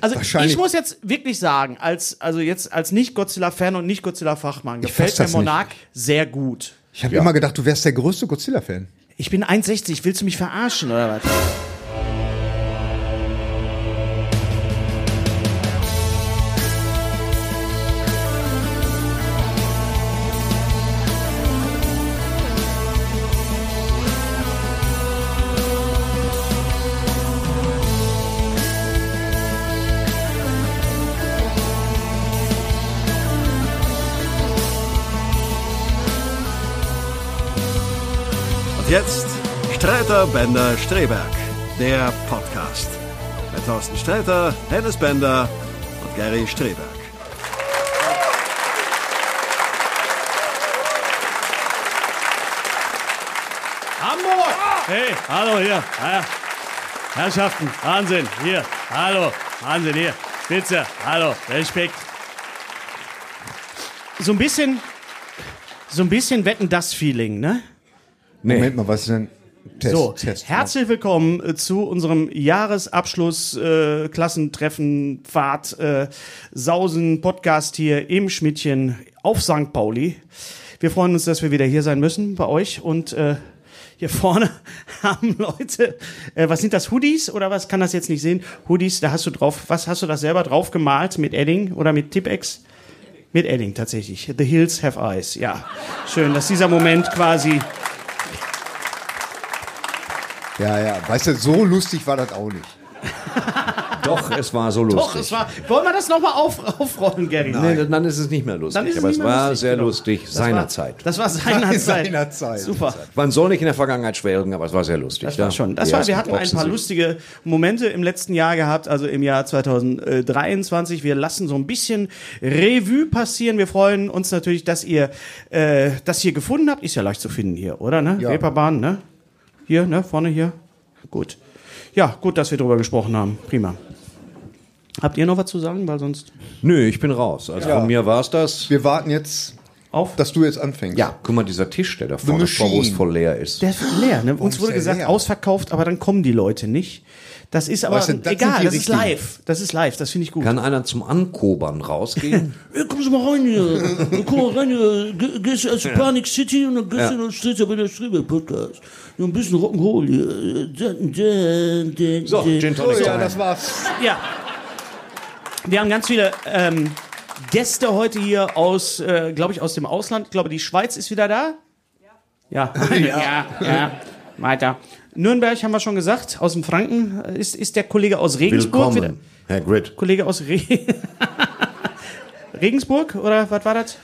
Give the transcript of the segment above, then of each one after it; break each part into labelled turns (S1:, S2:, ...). S1: Also
S2: Wahrscheinlich-
S1: ich muss jetzt wirklich sagen, als also jetzt als nicht Godzilla Fan und nicht Godzilla Fachmann gefällt
S2: fass
S1: mir
S2: das nicht.
S1: Monarch sehr gut.
S2: Ich habe immer gedacht, du wärst der größte Godzilla-Fan.
S1: Ich bin 1,60, willst du mich verarschen oder was?
S3: Und jetzt Sträter Bender Streberg, der Podcast. Mit Thorsten Sträter, Hennes Bender und Gary Streberg.
S4: Hamburg! Hey, hallo hier. Ah, ja. Herrschaften, Wahnsinn, hier. Hallo, Wahnsinn, hier. Spitze, hallo, Respekt.
S1: So ein bisschen so ein bisschen wetten das Feeling, ne?
S2: Moment mal, was ist denn? Test,
S1: So,
S2: Test.
S1: herzlich willkommen äh, zu unserem Jahresabschluss äh, Klassentreffen Fahrt äh, Sausen Podcast hier im Schmidtchen auf St. Pauli. Wir freuen uns, dass wir wieder hier sein müssen bei euch und äh, hier vorne haben Leute, äh, was sind das Hoodies oder was kann das jetzt nicht sehen? Hoodies, da hast du drauf, was hast du das selber drauf gemalt mit Edding oder mit Tipex? Mit Edding tatsächlich. The Hills Have Eyes. Ja, schön, dass dieser Moment quasi
S2: Ja, ja. Weißt du, so lustig war das auch nicht.
S5: Doch, es war so lustig.
S1: Doch, es war. Wollen wir das nochmal auf, aufrollen, Gary?
S5: Nee, dann- dann ist es nicht mehr lustig.
S1: Dann ist es
S5: aber
S1: nicht
S5: es
S1: mehr
S5: war
S1: lustig,
S5: sehr
S1: genau.
S5: lustig seinerzeit.
S1: Das war seinerzeit.
S2: Seinerzeit.
S1: Super.
S5: Man soll nicht in der Vergangenheit schwelgen, aber es war sehr lustig.
S1: Das war schon. Das war, wir hatten ein paar lustige Momente im letzten Jahr gehabt, also im Jahr 2023. Wir lassen so ein bisschen Revue passieren. Wir freuen uns natürlich, dass ihr äh, das hier gefunden habt. Ist ja leicht zu finden hier, oder? Ne?
S2: Ja.
S1: Reeperbahn, ne? Hier, ne? Vorne hier. Gut. Ja, gut, dass wir drüber gesprochen haben. Prima. Habt ihr noch was zu sagen? Weil sonst
S5: Nö, ich bin raus. Also von mir war es das.
S2: Wir warten jetzt,
S1: auf.
S2: dass du jetzt anfängst.
S5: Ja, guck mal, dieser Tisch, der da vorne ist,
S2: Machine.
S5: wo es voll leer ist.
S1: Der ist leer. Ne? Uns
S2: ist
S1: wurde
S2: der
S1: gesagt,
S2: leer?
S1: ausverkauft, aber dann kommen die Leute nicht. Das ist aber
S2: Weißt du, das sind
S1: egal,
S2: die
S1: das ist
S2: richtigen.
S1: live. Das ist live, das finde ich gut.
S5: Kann einer zum Ankobern rausgehen?
S4: Hey, kommst du Eh, mal rein hier. Komm mal rein hier. Ge- Gehst du als Panic City und dann gehst du und stehst ja bei der Streber Podcast. So ein bisschen Rock'n'Roll hier. Dun, dun, dun,
S5: so,
S4: dun.
S5: Gin
S2: Oh,
S5: Tonic.
S2: ja,
S5: Ja,
S2: das war's.
S1: Ja. Wir haben ganz viele ähm, Gäste heute hier aus, äh, glaube ich, aus dem Ausland. Ich glaube, die Schweiz ist wieder da. Ja. Ja. ja. Weiter. Nürnberg haben wir schon gesagt, aus dem Franken Äh, ist, ist der Kollege aus Regensburg wieder.
S5: Willkommen, Herr Grid.
S1: Kollege aus Re Regensburg oder was war das?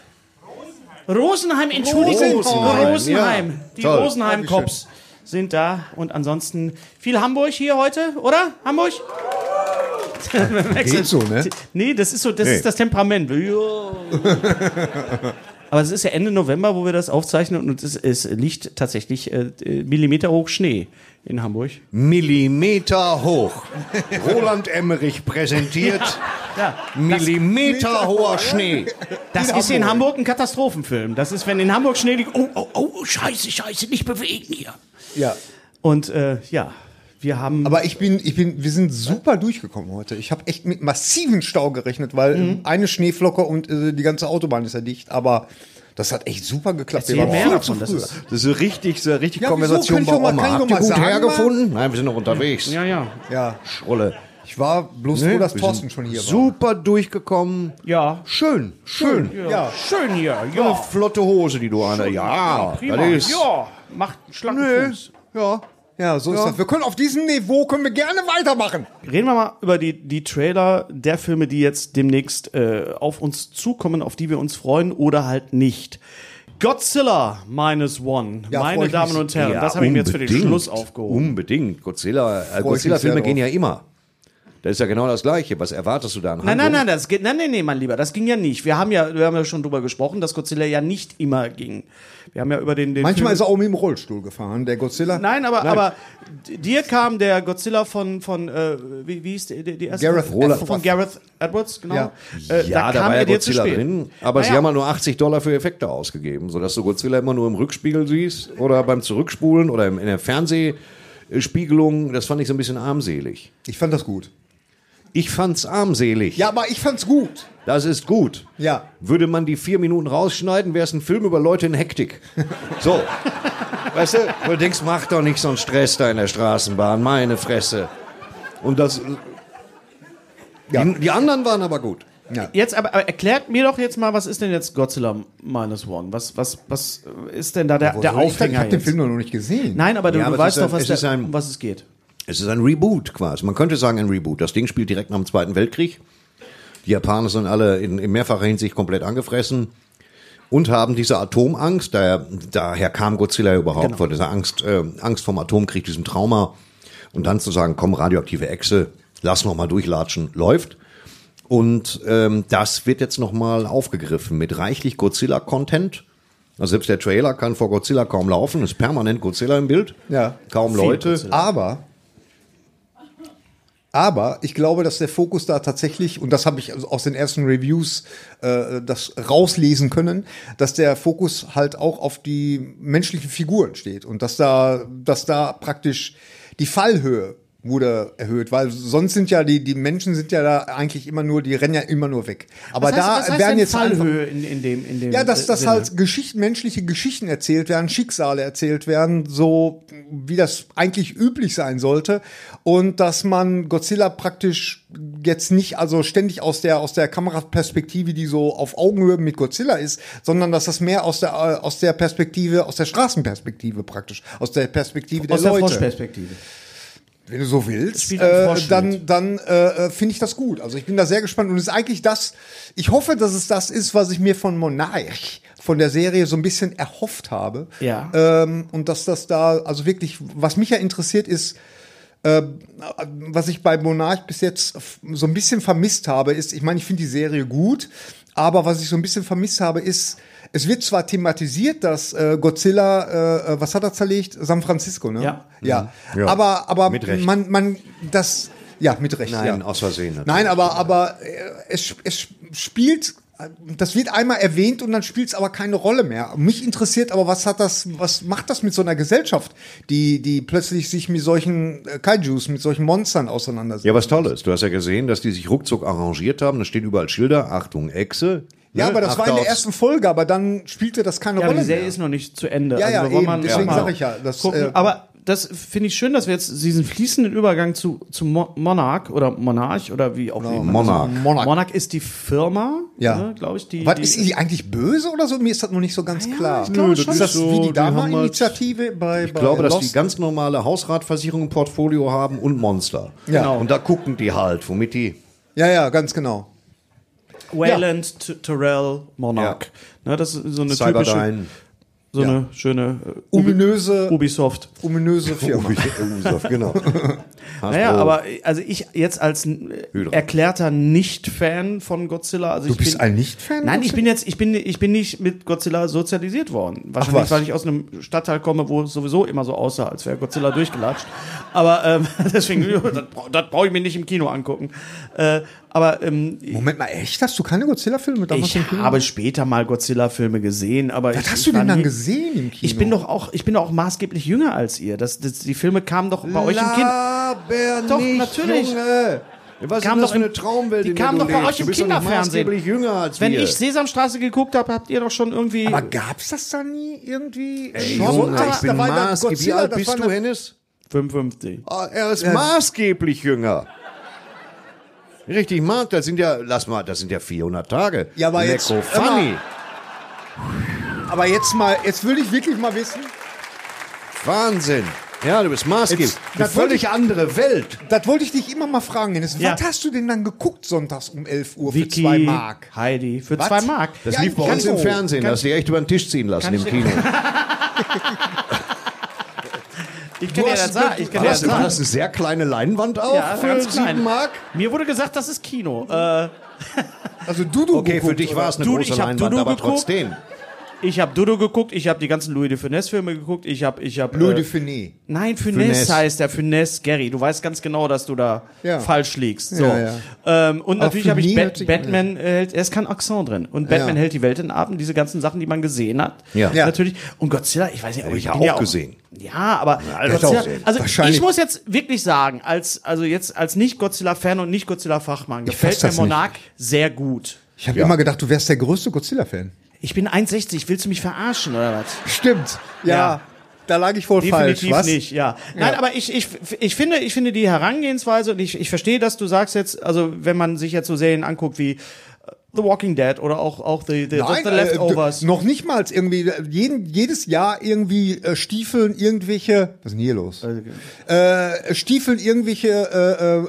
S1: Rosenheim, Entschuldigung.
S2: Rosenheim,
S1: Rosenheim. Die
S2: Toll.
S1: Rosenheim Cops sind da und ansonsten viel Hamburg hier heute, oder? Hamburg?
S2: Geht so, ne?
S1: Nee, das ist so, das ist das Temperament. Jo. Aber es ist ja Ende November, wo wir das aufzeichnen und es, es liegt tatsächlich äh, Millimeter hoch Schnee in Hamburg.
S5: Millimeter hoch. Roland Emmerich präsentiert
S1: Ja,
S5: Millimeter hoher Schnee.
S1: das ist in Hamburg ein Katastrophenfilm. Das ist, wenn in Hamburg Schnee liegt, oh, oh, oh, scheiße, scheiße, nicht bewegen hier.
S6: Ja.
S1: Und äh, ja, wir haben
S7: Aber ich bin, ich bin, wir sind super durchgekommen heute. Ich habe echt mit massiven Stau gerechnet, weil
S1: Mhm.
S7: ähm, eine Schneeflocke und äh, die ganze Autobahn ist ja dicht. Aber das hat echt super geklappt.
S1: Erzähl mehr
S7: viel
S1: davon,
S7: zu
S1: das
S7: früh.
S1: ist-
S5: Das ist so richtig, so richtig
S7: Ja, wieso?
S5: Konversation
S7: Kann ich doch mal-
S5: bei Oma.
S7: kann ich doch
S5: Habt ihr
S7: mal
S5: gut
S7: sagen,
S5: hergefunden? Nein, wir sind noch unterwegs.
S1: ja, ja,
S7: ja,
S5: Schrolle.
S7: ich war bloß
S5: Ne?
S7: froh, dass
S5: Wir
S7: Thorsten
S5: sind
S7: schon hier war.
S5: Super durchgekommen.
S1: ja,
S5: Schön, schön.
S7: Ja.
S1: schön hier,
S5: So eine
S1: ja,
S5: flotte Hose, die du an Ja,
S1: prima,
S5: das ist.
S1: ja, macht einen schlanken Fuß.
S7: Ja, ja, so ist das. Wir können auf diesem Niveau können wir gerne weitermachen.
S1: Reden wir mal über die, die Trailer der Filme, die jetzt demnächst äh, auf uns zukommen, auf die wir uns freuen oder halt nicht. Godzilla Minus One,
S7: Ja, freu
S1: meine
S7: ich
S1: Damen
S7: mich.
S1: und Herren,
S5: Ja,
S1: das habe ich mir jetzt für den
S5: unbedingt.
S1: Schluss aufgehoben.
S5: Unbedingt. Godzilla, äh,
S7: mich sehr
S5: Godzilla-Filme
S7: drauf.
S5: gehen ja immer. Das ist ja genau das Gleiche. Was erwartest du da an
S1: Nein, nein, nein,
S5: Handlung?
S1: das geht, nein, nein, nein, mein Lieber, das ging ja nicht. Wir haben ja, wir haben ja schon drüber gesprochen, dass Godzilla ja nicht immer ging. Wir haben ja über den, den
S7: Manchmal ist
S1: Film,
S7: er auch mit dem Rollstuhl gefahren, der Godzilla.
S1: Nein, aber, aber dir kam der Godzilla von, von äh, wie, wie hieß die, die die erste?
S7: Gareth
S1: Roland. Von
S7: Edwards.
S1: Gareth Edwards, genau.
S7: Ja.
S1: Äh,
S5: Ja, da,
S1: kam
S5: war ja
S1: er dir zu
S5: Godzilla
S1: spät.
S5: drin, aber sie
S1: Naja.
S5: haben ja nur 80 Dollar für Effekte ausgegeben, sodass du Godzilla immer nur im Rückspiegel siehst oder beim Zurückspulen oder im- in der Fernsehspiegelung. Das fand ich so ein bisschen armselig.
S7: Ich fand das gut.
S5: Ich fand's armselig.
S7: Ja, aber ich fand's gut.
S5: Das ist gut.
S7: Ja.
S5: Würde man die vier Minuten rausschneiden, wäre es ein Film über Leute in Hektik. So. weißt du, wo du denkst, mach doch nicht so einen Stress da in der Straßenbahn, meine Fresse. Und das. Die, die anderen waren aber gut.
S1: Jetzt aber, aber erklärt mir doch jetzt mal, was ist denn jetzt Godzilla Minus One? Was, was, was ist denn da der, der
S7: Also ich
S1: Aufhänger
S7: hab den
S1: jetzt?
S7: Film noch nicht gesehen.
S1: Nein, aber du,
S5: Ja, aber
S1: du
S5: es
S1: weißt
S5: ist ein-
S1: doch, was,
S5: es
S1: der,
S5: ist ein-
S1: um was es geht.
S5: Es ist ein Reboot quasi. Man könnte sagen, ein Reboot. Das Ding spielt direkt nach dem Zweiten Weltkrieg. Die Japaner sind alle in, in mehrfacher Hinsicht komplett angefressen und haben diese Atomangst. Daher, daher kam Godzilla überhaupt von dieser Angst, äh, Angst vom Atomkrieg, diesem Trauma. Und dann zu sagen, komm, radioaktive Echse, lass noch mal durchlatschen, läuft. Und ähm, das wird jetzt nochmal aufgegriffen mit reichlich Godzilla-Content. Also selbst der Trailer kann vor Godzilla kaum laufen, ist permanent Godzilla im Bild.
S7: Ja.
S5: Kaum Leute.
S7: Aber, aber ich glaube, dass der Fokus da tatsächlich, und das habe ich also aus den ersten Reviews äh, das rauslesen können, dass der Fokus halt auch auf die menschlichen Figuren steht und dass da, dass da praktisch die Fallhöhe wurde erhöht, weil sonst sind ja die, die Menschen sind ja da eigentlich immer nur, die rennen ja immer nur weg. Aber
S1: was heißt, was
S7: da
S1: heißt
S7: werden
S1: denn
S7: jetzt einfach-
S1: Fallhöhe in, in dem, in dem
S7: ja, dass,
S1: äh,
S7: dass
S1: Sinne?
S7: halt Geschichten, menschliche Geschichten erzählt werden, Schicksale erzählt werden, so wie das eigentlich üblich sein sollte. Und dass man Godzilla praktisch jetzt nicht also ständig aus der, aus der Kameraperspektive, die so auf Augenhöhe mit Godzilla ist, sondern dass das mehr aus der, äh, aus der Perspektive, aus der Straßenperspektive praktisch, aus der Perspektive der
S1: aus der
S7: Leute.
S1: Froschperspektive.
S7: Wenn du so willst,
S1: Spielt ein
S7: äh,
S1: Frosch
S7: dann,
S1: mit.
S7: dann äh, äh, finde ich das gut. Also ich bin da sehr gespannt und es ist eigentlich das, ich hoffe, dass es das ist, was ich mir von Monarch, von der Serie so ein bisschen erhofft habe.
S1: Ja.
S7: Ähm, und dass das da, also wirklich, was mich ja interessiert ist, äh, was ich bei Monarch bis jetzt f- so ein bisschen vermisst habe, ist, ich meine, ich finde die Serie gut, aber was ich so ein bisschen vermisst habe, ist, es wird zwar thematisiert, dass äh, Godzilla, äh, was hat er zerlegt? San Francisco, ne?
S1: Ja.
S7: Ja.
S5: Ja.
S7: Aber, aber
S5: Mit Recht.
S7: man, man, das, ja, mit Recht.
S5: Nein,
S7: ja.
S5: aus Versehen. natürlich.
S7: Nein, aber, aber äh, es, es spielt, das wird einmal erwähnt und dann spielt es aber keine Rolle mehr. Mich interessiert aber, was hat das, was macht das mit so einer Gesellschaft, die, die plötzlich sich mit solchen äh, Kaijus, mit solchen Monstern auseinandersetzt?
S5: Ja, was toll ist. Du hast ja gesehen, dass die sich ruckzuck arrangiert haben. Da stehen überall Schilder. Achtung, Echse.
S7: Ja,
S5: Ne?
S7: aber das war
S5: Achte
S7: in der
S5: aufs-
S7: ersten Folge, aber dann spielte das keine
S1: Ja, aber
S7: Rolle
S1: die Serie
S7: mehr.
S1: ist noch nicht zu Ende.
S7: Ja, ja,
S1: da wollen
S7: eben.
S1: wir noch
S7: Deswegen
S1: mal
S7: sag ich ja, das,
S1: gucken.
S7: äh,
S1: aber das finde ich schön, dass wir jetzt diesen fließenden Übergang zu, zu Mo- Monarch oder Monarch oder wie auch immer.
S5: Monarch.
S1: Monarch. Monarch ist die Firma,
S7: Genau, Ja.
S1: ne, glaube ich. Die,
S7: Was
S1: die, Ah
S7: ist die eigentlich böse oder so? Mir ist das noch nicht so ganz klar.
S1: ich glaube Nö, das schon.
S7: ist das
S5: ist so,
S7: wie die
S5: die haben halt-
S7: Dama-Initiative bei,
S5: Ich glaube,
S7: bei
S5: dass die
S7: Lost?
S5: ganz normale Hausratversicherung im Portfolio haben und Monster.
S7: Ja. Genau.
S5: Und da gucken die halt, womit die.
S7: ja, ja, ganz genau.
S1: Wayland T- Terrell Monarch. Ne, das ist so eine
S5: Cyberdyne.
S1: typische So eine schöne äh,
S7: Ominöse,
S1: Ubisoft.
S7: ominöse Firma.
S5: Ubisoft, genau.
S1: Naja, aber also ich jetzt als ein
S5: Hydra. erklärter
S1: erklärter Nicht-Fan von Godzilla. Also
S8: Du
S1: ich
S8: bist
S1: bin,
S8: ein Nicht-Fan?
S1: Nein, ich
S8: Godzilla?
S1: bin jetzt, ich bin, ich bin nicht mit Godzilla sozialisiert worden. Wahrscheinlich,
S8: was.
S1: weil ich aus einem Stadtteil komme, wo es sowieso immer so aussah, als wäre Godzilla durchgelatscht. Aber ähm, deswegen, das, bra- das brauche ich mir nicht im Kino angucken. Äh, aber ähm,
S7: Moment mal, echt? Hast du keine Godzilla-Filme damals
S1: ich habe später mal Godzilla-Filme gesehen, aber
S7: Was
S1: ich,
S7: hast
S1: ich
S7: du
S1: war
S7: denn dann
S1: nie-
S7: gesehen im Kino?
S1: Ich bin doch auch, ich bin doch auch maßgeblich jünger als ihr. Das, das, die Filme kamen doch bei euch im Kind.
S7: Laber
S1: Doch,
S7: nicht,
S1: natürlich.
S7: Junge.
S5: Was
S1: kam
S5: ist das
S1: doch
S5: für eine
S1: im-
S5: Traumwelt,
S1: die
S5: in der
S1: kam
S5: du
S1: doch bei
S5: lebst?
S1: euch im
S5: Du bist doch noch
S1: Kinderfernsehen.
S5: maßgeblich jünger als
S1: Wenn
S5: wir.
S1: ich Sesamstraße geguckt habe, habt ihr doch schon irgendwie.
S7: Aber gab's das da nie irgendwie?
S5: Ey,
S7: Schon,
S5: Junge,
S7: aber
S5: ich bin
S7: da war dann
S5: maßgeblich. Wie
S7: Godzilla,
S5: alt
S7: das war
S5: bist du,
S7: dann-
S5: Hennes?
S1: 55.
S5: Ah, Er ist maßgeblich jünger. Richtig, Mark, das sind ja, lass mal, das sind ja 400 Tage.
S7: Ja, aber jetzt-
S5: Lecko funny.
S7: Aber jetzt mal, jetzt will ich wirklich mal wissen,
S5: Wahnsinn. Ja, du bist maßgeblich.
S7: Jetzt-
S5: Eine
S7: das wollte
S5: völlig andere Welt.
S7: das wollte ich dich immer mal fragen, Dennis.
S1: Ja.
S7: Was hast du denn dann geguckt sonntags um 11 Uhr für
S1: Vicky,
S7: 2 Mark?
S1: Heidi, für
S7: Was?
S1: zwei Mark.
S5: Das
S7: Ja,
S5: lief bei
S7: kann-
S5: uns im
S7: oh,
S5: Fernsehen, da hast du die echt über den Tisch ziehen lassen im Kino.
S1: Ich kann dir das sagen. Ich kann dir das
S5: Hast du
S1: sagen.
S5: hast eine sehr kleine Leinwand auf
S1: Ja,
S5: für
S1: ganz klein.
S5: sieben Mark?
S1: Mir wurde gesagt, das ist Kino. Äh,
S7: Also Dudu
S5: Okay, für
S7: geguckt,
S5: dich
S7: oder?
S5: war es eine
S1: Du,
S5: große
S1: ich hab
S5: Leinwand,
S1: Dudu
S5: aber
S1: geguckt.
S5: trotzdem.
S1: ich habe Dodo geguckt, ich habe die ganzen Louis de Funès-Filme geguckt, ich habe, ich habe.
S7: Louis
S1: äh,
S7: de Funès.
S1: Nein, Funès,
S5: Funès.
S1: heißt der Funès, Gary. Du weißt ganz genau, dass du da
S7: Ja.
S1: falsch liegst. So.
S7: Ja,
S1: Ähm, und natürlich
S7: Funès
S1: habe ich
S7: hört
S1: Bat
S7: sich-
S1: Batman äh, hält, er ist kein Akzent drin. Und Batman
S7: Ja.
S1: hält die Welt in Atem, diese ganzen Sachen, die man gesehen hat.
S5: Ja. Ja.
S1: Natürlich. Und Godzilla, ich weiß nicht, ob
S5: ich
S1: ich,
S5: ja
S1: bin
S5: auch gesehen.
S1: Ja, aber
S5: ich
S1: Godzilla,
S5: auch gesehen.
S1: also
S7: Wahrscheinlich-
S1: ich muss jetzt wirklich sagen, als also jetzt als nicht Godzilla Fan und nicht Godzilla Fachmann gefällt
S7: fass
S1: mir
S7: das nicht.
S1: Monarch sehr gut.
S7: Ich habe immer gedacht, du wärst der größte Godzilla-Fan.
S1: Ich bin 1,60, willst du mich verarschen oder was?
S7: Stimmt. Ja.
S1: Ja.
S7: Da lag ich wohl
S1: Definitiv
S7: falsch, was?
S1: nicht, ja. Nein, aber ich, ich, ich finde, ich finde die Herangehensweise und ich, ich verstehe, dass du sagst jetzt, also wenn man sich jetzt so Serien anguckt wie äh, The Walking Dead oder auch, auch The, the,
S7: Nein,
S1: the
S7: äh,
S1: Leftovers.
S7: d- noch nicht mal irgendwie, äh, jeden, jedes Jahr irgendwie äh, stiefeln irgendwelche, was ist denn hier los? Äh, stiefeln irgendwelche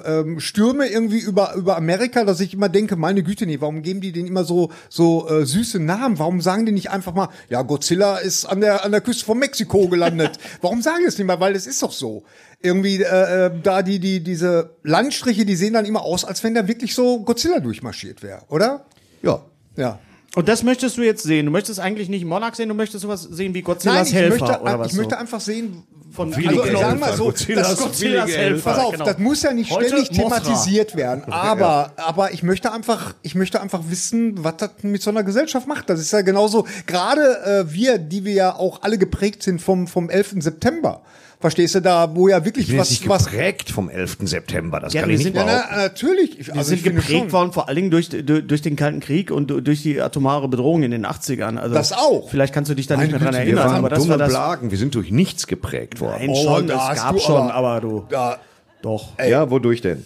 S7: äh, äh, ähm, Stürme irgendwie über, über Amerika, dass ich immer denke, meine Güte, nee, warum geben die denen immer so, so äh, süße Namen? Warum sagen die nicht einfach mal, ja, Godzilla ist an der, an der Küste von Mexiko gelandet? warum sagen die es nicht mal? Weil es ist doch so. Irgendwie, äh, äh, da die, die, diese Landstriche, die sehen dann immer aus, als wenn da wirklich so Godzilla durchmarschiert wäre, oder?
S5: Ja.
S7: Ja.
S1: und das möchtest du jetzt sehen. Du möchtest eigentlich nicht Monarch sehen, du möchtest sowas sehen wie
S7: Nein,
S1: Godzillas
S7: ich
S1: Helfer
S7: möchte,
S1: oder was
S7: ich möchte
S1: so.
S7: einfach sehen,
S1: Von
S7: also
S1: Willi
S7: sagen wir
S1: Gelb.
S7: mal so,
S5: Godzillas-
S7: das,
S1: Godzillas Helfer.
S7: pass auf,
S1: genau.
S7: das muss ja nicht
S1: Heute
S7: ständig
S1: Mothra.
S7: thematisiert werden, aber, aber ich möchte einfach, ich möchte einfach wissen, was das mit so einer Gesellschaft macht. Das ist ja genauso, gerade äh, wir, die wir ja auch alle geprägt sind vom, vom 11. September. Verstehst du da, wo ja wirklich
S5: Ich bin was,
S7: was,
S5: nicht
S7: was,
S5: geprägt vom 11. September, das
S1: Ja,
S5: kann
S1: wir
S5: ich nicht
S1: sind ja-
S5: behaupten.
S7: na, natürlich, ich,
S1: Wir
S7: also ich
S1: sind
S7: finde
S1: geprägt
S7: schon.
S1: worden, vor allen Dingen durch, durch, durch den Kalten Krieg und du- durch die atomare Bedrohung in den 80ern. Also
S7: Das auch.
S1: Vielleicht kannst du dich da nicht mehr dran
S5: wir
S1: erinnern,
S5: waren
S1: aber das
S5: dumme
S1: war das.
S5: Blagen, wir sind durch nichts geprägt worden.
S1: Nein, schon,
S7: da
S1: es
S7: hast
S1: gab
S7: du
S1: schon,
S7: aber-
S1: aber du.
S7: Da,
S1: Doch.
S5: Ja, wodurch denn?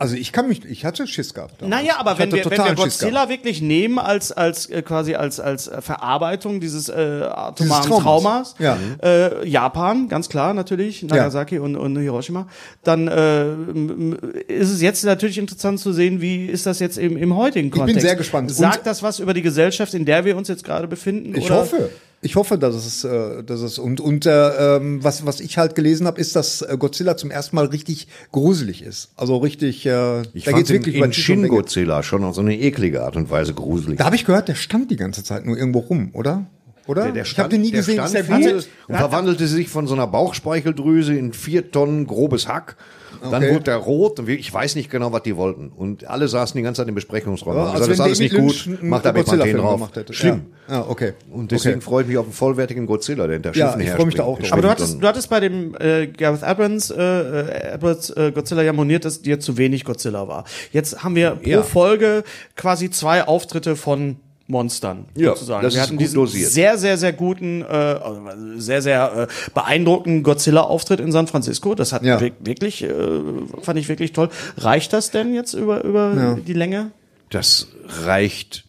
S7: also ich kann mich, ich hatte Schiss gehabt. damals.
S1: Naja, aber
S7: Ich
S1: wenn
S7: hatte
S1: wir, wenn wir
S7: totalen Schiss gehabt.
S1: Godzilla wirklich nehmen als, als äh, quasi als, als äh, Verarbeitung dieses äh, atomaren
S7: Dieses Traumas.
S1: Traumas,
S7: Ja.
S1: äh, Japan, ganz klar natürlich, Nagasaki und, und Hiroshima, dann äh, m- m- ist es jetzt natürlich interessant zu sehen, wie ist das jetzt im, im heutigen
S7: bin
S1: Kontext.
S7: sehr gespannt. Und-
S1: Sagt das was über die Gesellschaft, in der wir uns jetzt gerade befinden?
S7: Ich
S1: oder?
S7: hoffe. Ich hoffe, dass es, äh, dass es und und äh, ähm, was was ich halt gelesen habe, ist, dass äh, Godzilla zum ersten Mal richtig gruselig ist. Also richtig, äh,
S5: Ich
S7: da
S5: fand
S7: geht's
S5: den
S7: wirklich
S5: wirklich in
S7: Tisch und
S5: Shin
S7: Dinge.
S5: Godzilla schon auf so eine eklige Art und Weise gruselig.
S7: Da habe ich gehört, der stand die ganze Zeit nur irgendwo rum, oder? Oder? ich habe den nie
S5: der
S7: gesehen.
S5: Stand
S7: Ist der
S5: fiel
S7: gut?
S5: und verwandelte sich von so einer Bauchspeicheldrüse in vier Tonnen grobes Hack. Und Dann
S7: Okay.
S5: wurde der rot und wir- ich weiß nicht genau, was die wollten. Und alle saßen die ganze Zeit im Besprechungsraum.
S7: Ja,
S5: Ja,
S7: als
S5: gesagt, Also das ist
S7: wenn
S5: alles
S7: David Lynch
S5: nicht gut,
S7: einen
S5: macht da Benzin
S7: Godzilla-Film
S5: drauf.
S7: gemacht hätte.
S5: Schlimm.
S7: Ja, ah, okay.
S5: Und deswegen freue ich mich auf einen vollwertigen Godzilla, der hinter
S7: Ja,
S5: Schiffen
S7: ich freu mich da auch drauf.
S5: herspringt-
S1: Aber du
S5: schwimmt
S1: hattest,
S5: und-
S1: du hattest bei dem äh, Gareth Edwards, äh, äh, Edwards äh, Godzilla ja moniert, dass dir zu wenig Godzilla war. Jetzt haben wir pro
S5: Ja.
S1: Folge quasi zwei Auftritte von Monstern
S5: Ja,
S1: sozusagen.
S5: das
S1: wir
S5: ist
S1: hatten
S5: gut
S1: diesen
S5: dosiert.
S1: sehr, sehr, sehr guten, äh, also sehr, sehr äh, beeindruckenden Godzilla-Auftritt in San Francisco. Das hat
S7: Ja.
S1: wir- wirklich, äh, fand ich wirklich toll. Reicht das denn jetzt über, über die Länge?
S5: Das reicht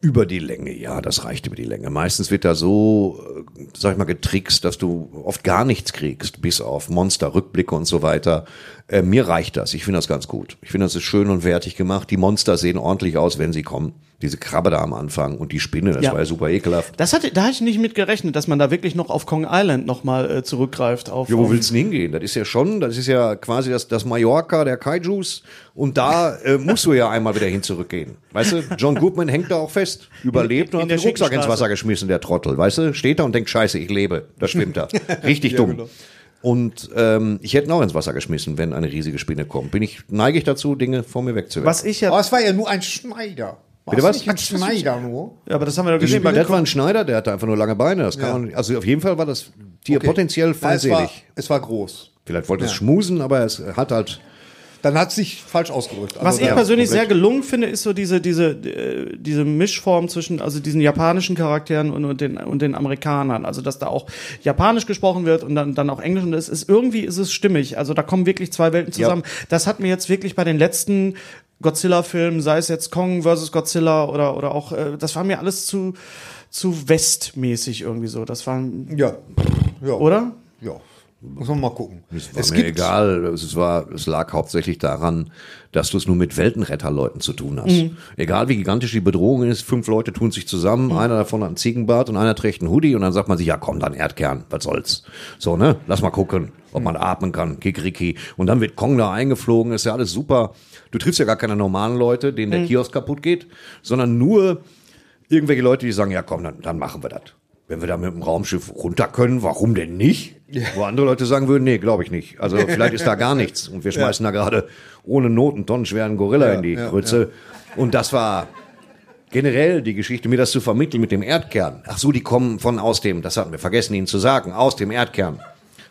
S5: über die Länge, ja, das reicht über die Länge. Meistens wird da so, äh, sag ich mal, getrickst, dass du oft gar nichts kriegst, bis auf Monster, Rückblicke und so weiter. Äh, mir reicht das. Ich finde das ganz gut. Ich finde, das ist schön und wertig gemacht. Die Monster sehen ordentlich aus, wenn sie kommen. Diese Krabbe da am Anfang und die Spinne, das
S1: Ja.
S5: war ja super ekelhaft.
S1: Das hatte, da hatte ich nicht mit gerechnet, dass man da wirklich noch auf Kong Island nochmal äh, zurückgreift. Auf,
S5: Ja, wo
S1: auf-
S5: willst du denn hingehen? Das ist ja schon, das ist ja quasi das, das Mallorca der Kaijus. Und da äh, musst du ja einmal wieder hin zurückgehen. Weißt du, John Goodman hängt da auch fest, überlebt
S1: in
S5: und
S1: der
S5: hat den Rucksack ins
S1: Schinkenstraße.
S5: Wasser geschmissen, der Trottel. Weißt du, steht da und denkt, scheiße, ich lebe. Da schwimmt er. Richtig dumm.
S1: genau.
S5: Und ähm, ich hätte ihn auch ins Wasser geschmissen, wenn eine riesige Spinne kommt. Bin ich, neige ich dazu, Dinge von mir wegzuwerfen.
S1: was ich ja,
S5: Oh,
S7: Aber es war ja nur ein Schneider. War
S5: Bitte
S7: es
S5: was?
S7: Nicht ein Schneider nur.
S1: aber das haben wir doch
S5: Also,
S1: gesehen. bei
S5: Das war ein Schneider, der hatte einfach nur lange Beine. Das kann
S7: Ja.
S5: man, nicht- also auf jeden Fall war das Tier potenziell
S7: Na, es, war,
S5: feindselig.
S7: es war groß.
S5: Vielleicht wollte es schmusen, aber es hat halt
S7: Dann hat es sich falsch ausgedrückt. Also
S1: Was ich
S7: ja.
S1: persönlich sehr gelungen finde, ist so diese diese äh, diese Mischform zwischen also diesen japanischen Charakteren und, und den und den Amerikanern. Also dass da auch japanisch gesprochen wird und dann dann auch Englisch und es ist irgendwie ist es stimmig. Also da kommen wirklich zwei Welten zusammen. Das hat mir jetzt wirklich bei den letzten Godzilla-Filmen, sei es jetzt Kong versus Godzilla oder oder auch äh, das war mir alles zu zu westmäßig irgendwie so. Das war
S7: Ja. ja.
S1: oder?
S7: Ja. Muss man mal gucken.
S5: Es war mir egal. Es, war, es lag hauptsächlich daran, dass du es nur mit Weltenretterleuten zu tun hast. Egal wie gigantisch die Bedrohung ist, fünf Leute tun sich zusammen, einer davon hat einen Ziegenbart und einer trägt einen Hoodie und dann sagt man sich, ja komm, dann Erdkern, was soll's. So, ne? Lass mal gucken, ob man atmen kann, Kikriki. Und dann wird Kong da eingeflogen, ist ja alles super. Du triffst ja gar keine normalen Leute, denen der Kiosk kaputt geht, sondern nur irgendwelche Leute, die sagen, ja komm, dann, dann machen wir das. Wenn wir da mit dem Raumschiff runter können, warum denn nicht? Wo andere Leute sagen würden, nee, glaube ich nicht. Also vielleicht ist da gar nichts. Und wir schmeißen da gerade ohne Noten tonnenschweren Gorilla in die Grütze. Und das war generell die Geschichte, mir das zu vermitteln mit dem Erdkern. Ach so, die kommen von aus dem, das hatten wir vergessen, Ihnen zu sagen, aus dem Erdkern.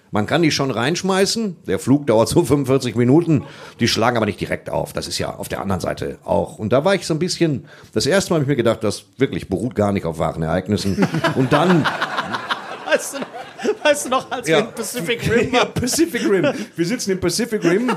S5: Man kann die schon reinschmeißen. Der Flug dauert so 45 Minuten. Die schlagen aber nicht direkt auf. Das ist ja auf der anderen Seite auch. Und da war ich so ein bisschen, das erste Mal habe ich mir gedacht, das wirklich beruht gar nicht auf wahren Ereignissen. Und dann,
S1: Weißt du, weißt du noch, als
S5: Ja.
S1: wir in Pacific Rim
S5: ja, Pacific Rim. Wir sitzen im Pacific Rim.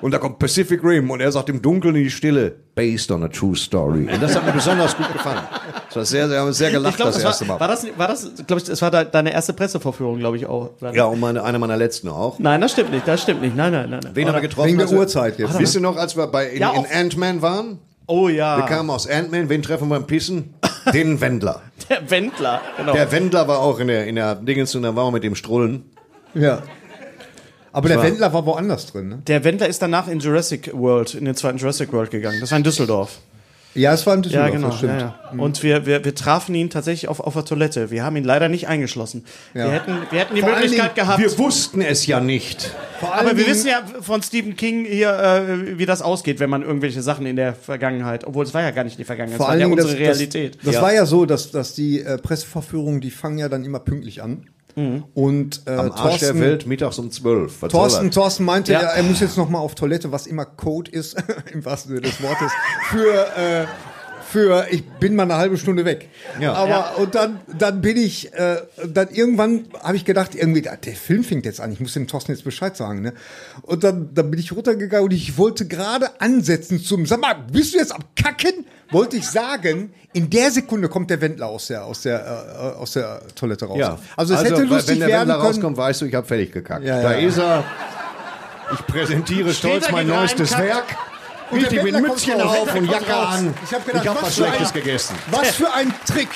S5: Und da kommt Pacific Rim und er sagt im Dunkeln in die Stille, based on a true story. Und das hat mir besonders gut gefallen. Das war sehr, sehr, haben wir sehr gelacht
S1: Ich glaube,
S5: das,
S1: das,
S5: erste
S1: war,
S5: Mal.
S1: war das, war das, glaube ich, das war de- deine erste Presseverführung, glaube ich auch. oder?
S5: Ja, und meine, eine meiner letzten auch.
S1: Nein, das stimmt nicht, das stimmt nicht. Nein, nein, nein. nein.
S5: Wen haben wir getroffen?
S7: Wegen der
S5: als wir-
S7: Uhrzeit jetzt.
S5: Wisst ihr noch, als wir bei in,
S1: ne? Ja,
S5: in
S1: auf-
S5: Ant-Man waren?
S1: Oh
S5: Wir
S1: ja,
S5: kamen aus Ant-Man, wen treffen wir beim Pissen? Den Wendler.
S1: der Wendler. Genau.
S5: Der Wendler war auch in der, in der Dingens und dann waren wir mit dem Strullen.
S7: Ja. Aber der Wendler war woanders drin, ne?
S1: Der Wendler ist danach in Jurassic World, in den zweiten Jurassic World gegangen. Das war in Düsseldorf.
S7: Ja, es war ein
S1: Ja,
S7: Düsseldorf,
S1: genau.
S7: das stimmt.
S1: Ja, ja. Und wir, wir, wir trafen ihn tatsächlich auf, auf der Toilette. Wir haben ihn leider nicht eingeschlossen.
S7: Ja.
S1: Wir, hätten, wir hätten die
S7: Vor allen
S1: Möglichkeit
S7: Dingen,
S1: gehabt.
S5: Wir wussten es ja nicht.
S7: Vor allen
S1: aber wir
S7: Dingen-
S1: wissen ja von Stephen King hier, äh, wie das ausgeht, wenn man irgendwelche Sachen in der Vergangenheit, obwohl es war ja gar nicht die Vergangenheit,
S7: vor
S1: es war
S7: allen
S1: ja
S7: Dingen,
S1: unsere
S7: das,
S1: Realität.
S7: Das, das war ja so, dass, dass die äh, Presseverführungen, die fangen ja dann immer pünktlich an.
S1: Mhm.
S7: Und äh,
S5: Am Arsch der
S7: Thorsten,
S5: Welt, mittags um 12. Was soll
S7: Thorsten,
S5: das?
S7: Thorsten meinte,
S1: Ja.
S7: ja. er muss jetzt noch mal auf Toilette, was immer Code ist, im wahrsten Sinne des Wortes, für, äh, für ich bin mal eine halbe Stunde weg.
S5: Ja.
S7: Aber
S1: Ja.
S7: und dann, dann bin ich, äh, dann irgendwann habe ich gedacht, irgendwie, ah, der Film fängt jetzt an, ich muss dem Thorsten jetzt Bescheid sagen. Ne? Und dann, dann bin ich runtergegangen und ich wollte gerade ansetzen zum, sag mal, bist du jetzt am Kacken? Wollte ich sagen, in der Sekunde kommt der Wendler aus der, aus der, äh, aus der Toilette raus.
S5: Ja.
S7: Also es hätte
S5: weil-
S7: lustig
S5: Wenn der
S7: werden
S5: Wendler
S7: können.
S5: rauskommt, weißt du, ich habe fertig gekackt.
S7: Ja,
S5: Da
S7: ja.
S5: ist er. Ich präsentiere stolz
S1: er
S5: mein
S1: gerade
S5: neuestes
S1: einen
S5: Werk.
S7: Und der
S5: Richtig mit
S7: Wendler kommt
S5: Mützchen
S7: raus.
S5: auf und
S7: Der kommt
S5: Jacke
S7: raus.
S5: an.
S7: Ich habe gedacht,
S5: ich hab
S7: was
S5: was
S7: für
S5: Schlechtes
S7: einer.
S5: gegessen.
S7: Was für ein Trick!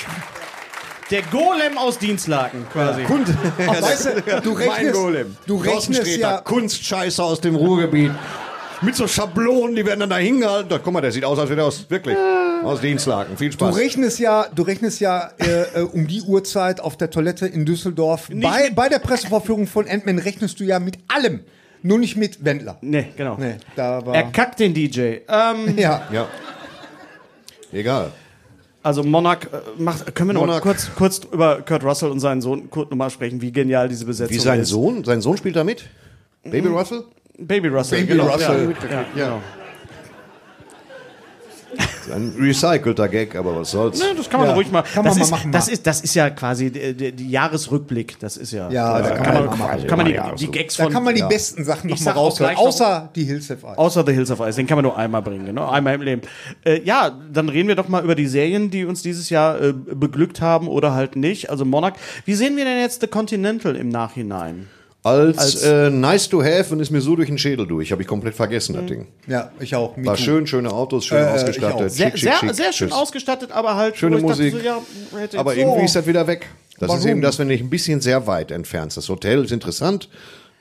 S1: Der Golem aus Dienstlaken quasi.
S7: Weißt du, du
S5: mein
S7: rechnest,
S5: Golem.
S7: du
S5: Thorsten
S7: rechnest
S5: steht da,
S7: ja,
S5: Kunstscheiße aus dem Ruhrgebiet. Mit so Schablonen, die werden dann da hingehalten. Da, guck mal, der sieht aus, als wäre der aus, wirklich, aus Dienstlaken. Viel
S7: du
S5: Spaß.
S7: rechnest ja, du rechnest ja äh, äh, um die Uhrzeit auf der Toilette in Düsseldorf. Bei, bei der Presseverführung von Ant-Man rechnest du ja mit allem, nur nicht mit Wendler.
S1: Nee, genau.
S7: Nee, da war.
S1: Er kackt den DJ. Ähm,
S5: Hm.
S7: ja.
S5: ja. Egal.
S1: Also Monarch äh, macht. Können wir noch mal
S5: Monarch.
S1: kurz, kurz über Kurt Russell und seinen Sohn Kurt nochmal sprechen, wie genial diese Besetzung
S5: Wie sein
S1: ist.
S5: Sohn? Sein Sohn spielt da mit? Baby
S7: Mhm.
S5: Russell?
S1: Baby Russell.
S7: Baby Russell.
S1: Ja, ja, Genau.
S5: Ein recycelter Gag, aber was soll's.
S1: Ne, das kann man
S7: Ja,
S1: ruhig mal.
S7: kann
S1: das
S7: man mal
S1: ist,
S7: machen,
S1: Das
S7: mal.
S1: ist, das ist ja quasi der, der, der Jahresrückblick. Das ist ja.
S7: Ja, da kann man mal
S1: kann,
S7: machen.
S1: man die,
S5: Ja,
S1: die Gags
S7: Da
S1: von.
S7: kann man die
S1: ja.
S7: besten Sachen
S1: Ich
S7: nochmal
S1: sag auch
S7: raushören.
S1: gleich noch-
S7: Außer die Hilfshilfe.
S1: Außer The Hills of Ice, den kann man nur einmal bringen, genau. Einmal im Leben. Äh, ja, dann reden wir doch mal über die Serien, die uns dieses Jahr äh, beglückt haben oder halt nicht. Also Monarch. Wie sehen wir denn jetzt The Continental im Nachhinein?
S5: als,
S1: Als-
S5: äh, nice to have und ist mir so durch den Schädel durch. Habe ich komplett vergessen, das Ding.
S7: Ja, ich auch. Me
S5: War
S7: too.
S5: schön, schöne Autos, schön
S7: Äh, ich
S5: ausgestattet.
S7: auch.
S1: Sehr,
S5: schick, schick,
S1: sehr,
S5: schick.
S1: sehr schön
S5: Tschüss.
S1: ausgestattet, aber halt.
S5: Schöne
S1: wo ich dachte
S5: Musik.
S1: so, ja, hätte
S5: Aber
S1: jetzt-
S5: irgendwie
S1: oh.
S5: ist das wieder weg. Das ist
S7: Warum?
S5: eben das, wenn du dich ein bisschen sehr weit entfernst. Das Hotel ist interessant,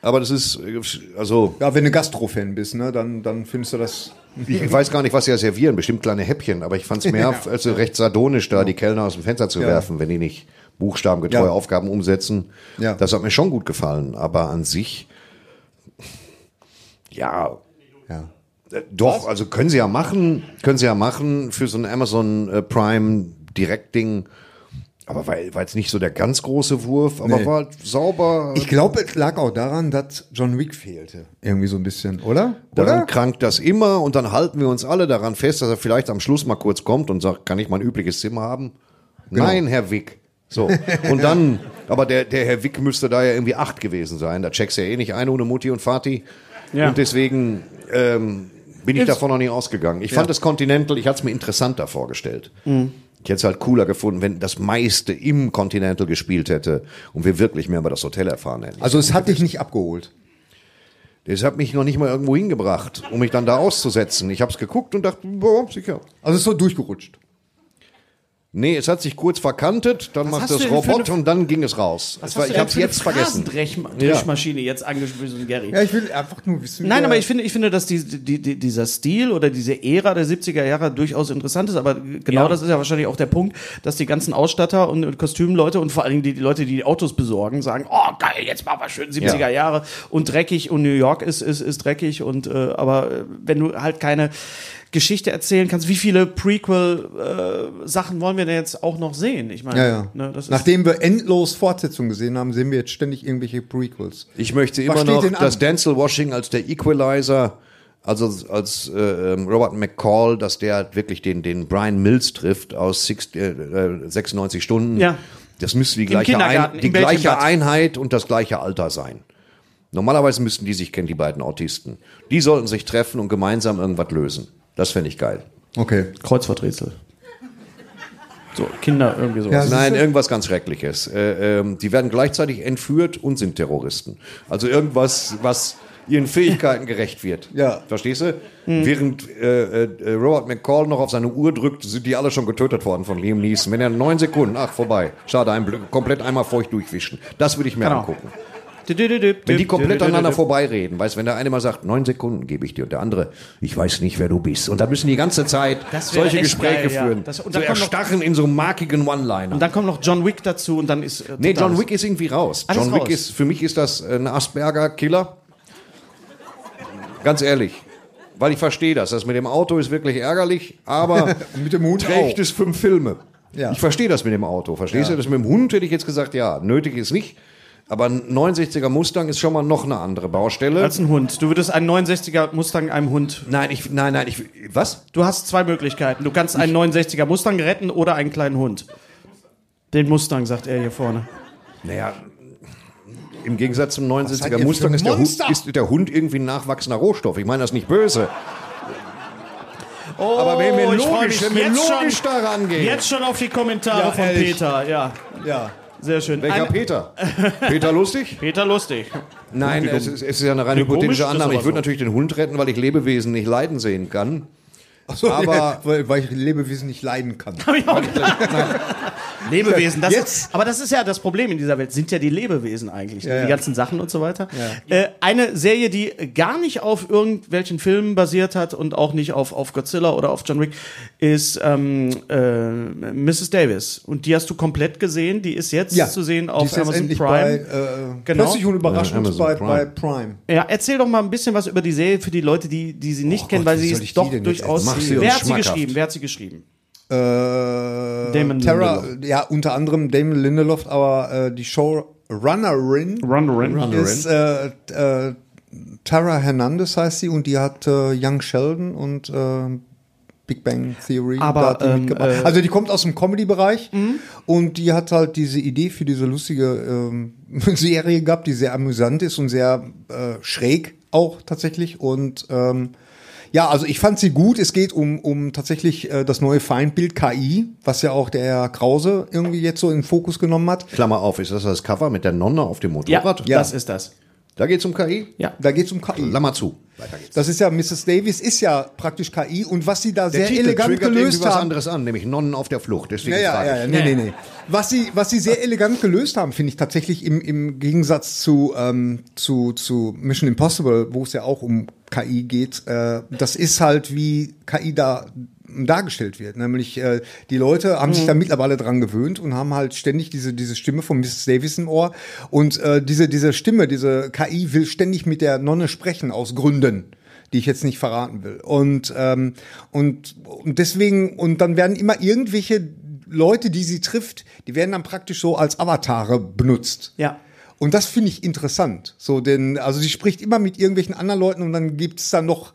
S5: aber das ist, äh, also,
S7: Ja, wenn du Gastro-Fan bist, ne, dann, dann findest du das.
S5: ich weiß gar nicht, was sie da servieren. Bestimmt kleine Häppchen, aber ich fand es mehr also recht sardonisch, da die Kellner aus dem Fenster zu
S7: Ja.
S5: werfen, wenn die nicht buchstabengetreue
S7: Ja.
S5: Aufgaben umsetzen.
S7: Ja.
S5: Das hat mir schon gut gefallen, aber an sich, ja,
S7: Ja.
S5: Äh, Doch, also können sie ja machen, können sie ja machen für so ein Amazon äh, Prime Direktding. Aber weil war jetzt nicht so der ganz große Wurf, aber
S7: Nee.
S5: war halt sauber.
S7: Ich glaube, es lag auch daran, dass John Wick fehlte. Irgendwie so ein bisschen, oder?
S5: Daran
S7: Oder?
S5: krankt das immer und dann halten wir uns alle daran fest, dass er vielleicht am Schluss mal kurz kommt und sagt, kann ich mein übliches Zimmer haben? Nein, Herr Wick. So. Und dann, aber der, der Herr Wick müsste da ja irgendwie acht gewesen sein. Da checkst du ja eh nicht ein ohne Mutti und Vati.
S1: Ja.
S5: Und deswegen ähm, bin ich
S1: Ins-
S5: davon noch nie ausgegangen. Ich fand das Continental, ich hatte es mir interessanter vorgestellt. Ich hätte es halt cooler gefunden, wenn das meiste im Continental gespielt hätte und wir wirklich mehr über das Hotel erfahren hätten.
S7: Also es hat dich nicht abgeholt.
S5: Das hat mich noch nicht mal irgendwo hingebracht, um mich dann da auszusetzen. Ich habe es geguckt und dachte, boah, sicher.
S7: Also es ist so durchgerutscht.
S5: Nee, es hat sich kurz verkantet, dann
S1: hast
S5: macht
S1: du
S5: das
S1: denn für
S5: Robot
S1: eine-
S5: und dann ging es raus.
S1: Was
S5: Es war,
S1: hast du
S5: ich
S1: denn
S5: habe es
S1: für eine
S5: jetzt vergessen.
S1: Phrasentrichmaschine jetzt angespielt, Gary.
S7: Ja, ich will einfach nur wissen. wie
S1: Nein,
S7: der-
S1: aber ich finde, ich finde, dass die, die, die, dieser Stil oder diese Ära der 70er Jahre durchaus interessant ist. Aber genau das ist ja wahrscheinlich auch der Punkt, dass die ganzen Ausstatter und, und Kostümleute und vor allen Dingen die, die Leute, die die Autos besorgen, sagen, oh geil, jetzt machen wir schön 70er
S5: Ja.
S1: Jahre und dreckig und New York ist, ist, ist dreckig. Und äh, aber äh, wenn du halt keine Geschichte erzählen kannst, wie viele Prequel-Sachen wollen wir denn jetzt auch noch sehen? Ich meine,
S7: Ja, ja.
S1: Ne, das ist
S7: Nachdem wir endlos Fortsetzungen gesehen haben, sehen wir jetzt ständig irgendwelche Prequels.
S5: Ich möchte
S7: Was
S5: immer
S7: steht
S5: noch,
S7: denn an?
S5: dass Denzel Washington als der Equalizer, also als- als äh, ähm, Robert McCall, dass der halt wirklich den, den Brian Mills trifft aus six, äh, äh, 96 Stunden.
S1: Ja.
S5: Das müsste die gleiche,
S1: Kindergarten,
S5: Ein, die
S1: im
S5: gleiche
S1: Bällchenbad.
S5: Einheit und das gleiche Alter sein. Normalerweise müssten die sich kennen, die beiden Autisten. Die sollten sich treffen und gemeinsam irgendwas lösen. Das fände ich geil.
S7: Okay.
S1: Kreuzworträtsel. So, Kinder irgendwie sowas.
S7: Das
S5: Nein,
S7: ist-
S5: irgendwas ganz Schreckliches. Äh, ähm, die werden gleichzeitig entführt und sind Terroristen. Also irgendwas, was ihren Fähigkeiten gerecht wird.
S7: Ja.
S5: Verstehst du?
S1: Hm.
S5: Während äh, äh, Robert McCall noch auf seine Uhr drückt, sind die alle schon getötet worden von Liam Neeson. Wenn er neun Sekunden, ach, vorbei. Schade, ein, Bl- komplett einmal feucht durchwischen. Das würde ich mir
S1: Genau.
S5: angucken.
S1: Wenn
S5: Wenn die komplett aneinander vorbeireden, weißt, wenn der eine mal sagt, neun Sekunden gebe ich dir und der andere, ich weiß nicht, wer du bist. Und da müssen die ganze Zeit
S1: Das wäre
S5: solche
S1: echt
S5: Gespräche
S1: geil, ja.
S5: führen.
S1: Das- und
S5: so
S1: dann kommt noch-
S5: erstarren in so einem markigen One-Liner.
S1: Und dann kommt noch John Wick dazu und dann ist. Äh,
S5: Nee,
S1: total-
S5: John Wick ist irgendwie raus.
S1: Alles
S5: John Wick
S1: raus.
S5: ist, für mich ist das äh, ein Asperger-Killer. Ganz ehrlich. Weil ich verstehe das. Das mit dem Auto ist wirklich ärgerlich, aber
S7: Mit dem Hund
S5: trägt
S7: auch.
S5: es fünf Filme.
S7: Ja.
S5: Ich verstehe das mit dem Auto. Verstehst du? Das mit dem Hund hätte ich jetzt gesagt, ja, nötig ist nicht. Aber ein 69er Mustang ist schon mal noch eine andere Baustelle.
S1: Als ein Hund. Du würdest einen 69er Mustang einem Hund.
S5: nein, ich, nein, nein, ich, was?
S1: Du hast zwei Möglichkeiten. Du kannst einen 69er Mustang retten oder einen kleinen Hund. Den Mustang, sagt er hier vorne.
S5: Naja, im Gegensatz zum
S7: seid ihr
S5: 69er
S7: für
S5: Mustang ist der, Hund,
S7: Monster?
S5: ist der Hund irgendwie ein nachwachsender Rohstoff. Ich meine das nicht böse. Aber wenn wir
S1: ich freu mich
S5: logisch, wenn wir
S1: jetzt
S5: logisch
S1: schon-
S5: da rangehen.
S1: Jetzt schon auf die Kommentare
S7: Ja,
S1: von
S7: ehrlich.
S1: Peter. Ja,
S7: Ja.
S1: sehr schön.
S5: Welcher
S1: Ein-
S5: Peter? Peter Lustig?
S1: Peter lustig.
S5: Nein, es ist, es ist ja eine rein hypothetische
S1: komisch, das ist
S5: Annahme.
S1: aber
S5: Ich würde
S1: so.
S5: natürlich den Hund retten, weil ich Lebewesen nicht leiden sehen kann.
S7: Achso,
S5: Aber-
S7: weil, weil ich Lebewesen nicht leiden kann.
S1: Lebewesen. Das
S7: Jetzt-
S1: ist, aber das ist ja das Problem in dieser Welt, sind ja die Lebewesen eigentlich, ne?
S7: Ja,
S1: die
S7: ja.
S1: ganzen Sachen und so weiter. Äh, eine Serie, die gar nicht auf irgendwelchen Filmen basiert hat und auch nicht auf, auf Godzilla oder auf John Wick, ist ähm, äh, Mrs. Davis. Und die hast du komplett gesehen, die ist jetzt zu sehen
S7: Die
S1: auf
S7: ist jetzt
S1: Amazon
S7: endlich
S1: Prime.
S7: Bei, äh,
S1: Genau.
S7: Plötzlich und überraschend
S5: Ja, Amazon
S7: bei,
S5: Prime.
S7: bei Prime.
S1: Ja, erzähl doch mal ein bisschen was über die Serie für die Leute, die, die sie nicht kennen,
S7: Gott,
S1: weil
S7: wie
S1: sie
S7: soll
S1: ist
S7: ich die
S1: doch
S7: denn jetzt
S1: durchaus.
S5: erzählen? Mach sie uns
S1: Wer hat sie
S5: schmackhaft.
S1: geschrieben? Wer hat sie geschrieben?
S7: Äh,
S1: Damon
S7: Tara, ja, unter anderem Damon Lindelof, aber äh, die Showrunnerin
S1: Runnerin.
S7: ist äh, äh, Tara Hernandez heißt sie und die hat äh, Young Sheldon und äh, Big Bang Theory.
S1: Aber,
S7: da hat die
S1: ähm,
S7: mitgebracht.
S1: äh, Mhm.
S7: also die kommt aus dem Comedy-Bereich und die hat halt diese Idee für diese lustige ähm, Serie gehabt, die sehr amüsant ist und sehr äh, schräg auch tatsächlich und ähm, ja, also ich fand sie gut. Es geht um, um tatsächlich äh, das neue Feindbild KI, was ja auch der Herr Krause irgendwie jetzt so in den Fokus genommen hat. Oh
S5: Klammer auf, ist das das Cover mit der Nonne auf dem
S1: Ja,
S5: Motorrad?
S1: das ist das.
S5: Da geht's um KI?
S1: Ja.
S7: Da geht's um KI.
S5: Lammer zu. Weiter geht's.
S7: Das ist ja, Mrs. Davis ist ja praktisch KI und was sie da sehr
S5: Titel
S7: elegant
S5: triggert irgendwie
S7: gelöst
S5: was
S7: haben.
S5: anderes an, nämlich Nonnen auf der Flucht. Deswegen
S7: Ja, ja,
S5: frage
S7: ja,
S5: ich.
S7: ja, nee, nee, nee. Was sie, was sie sehr elegant gelöst haben, finde ich tatsächlich im, im Gegensatz zu, ähm, zu, zu Mission Impossible, wo es ja auch um KI geht, äh, das ist halt wie KI da dargestellt wird. Nämlich äh, die Leute haben
S5: Mhm.
S7: sich da mittlerweile dran gewöhnt und haben halt ständig diese, diese Stimme von Mrs. Davis im Ohr. Und äh, diese, diese Stimme, diese KI will ständig mit der Nonne sprechen aus Gründen die ich jetzt nicht verraten will. Und, ähm, und, und deswegen, und dann werden immer irgendwelche Leute, die sie trifft, die werden dann praktisch so als Avatare benutzt.
S1: Ja.
S7: Und das finde ich interessant. So, denn, also sie spricht immer mit irgendwelchen anderen Leuten und dann gibt es dann noch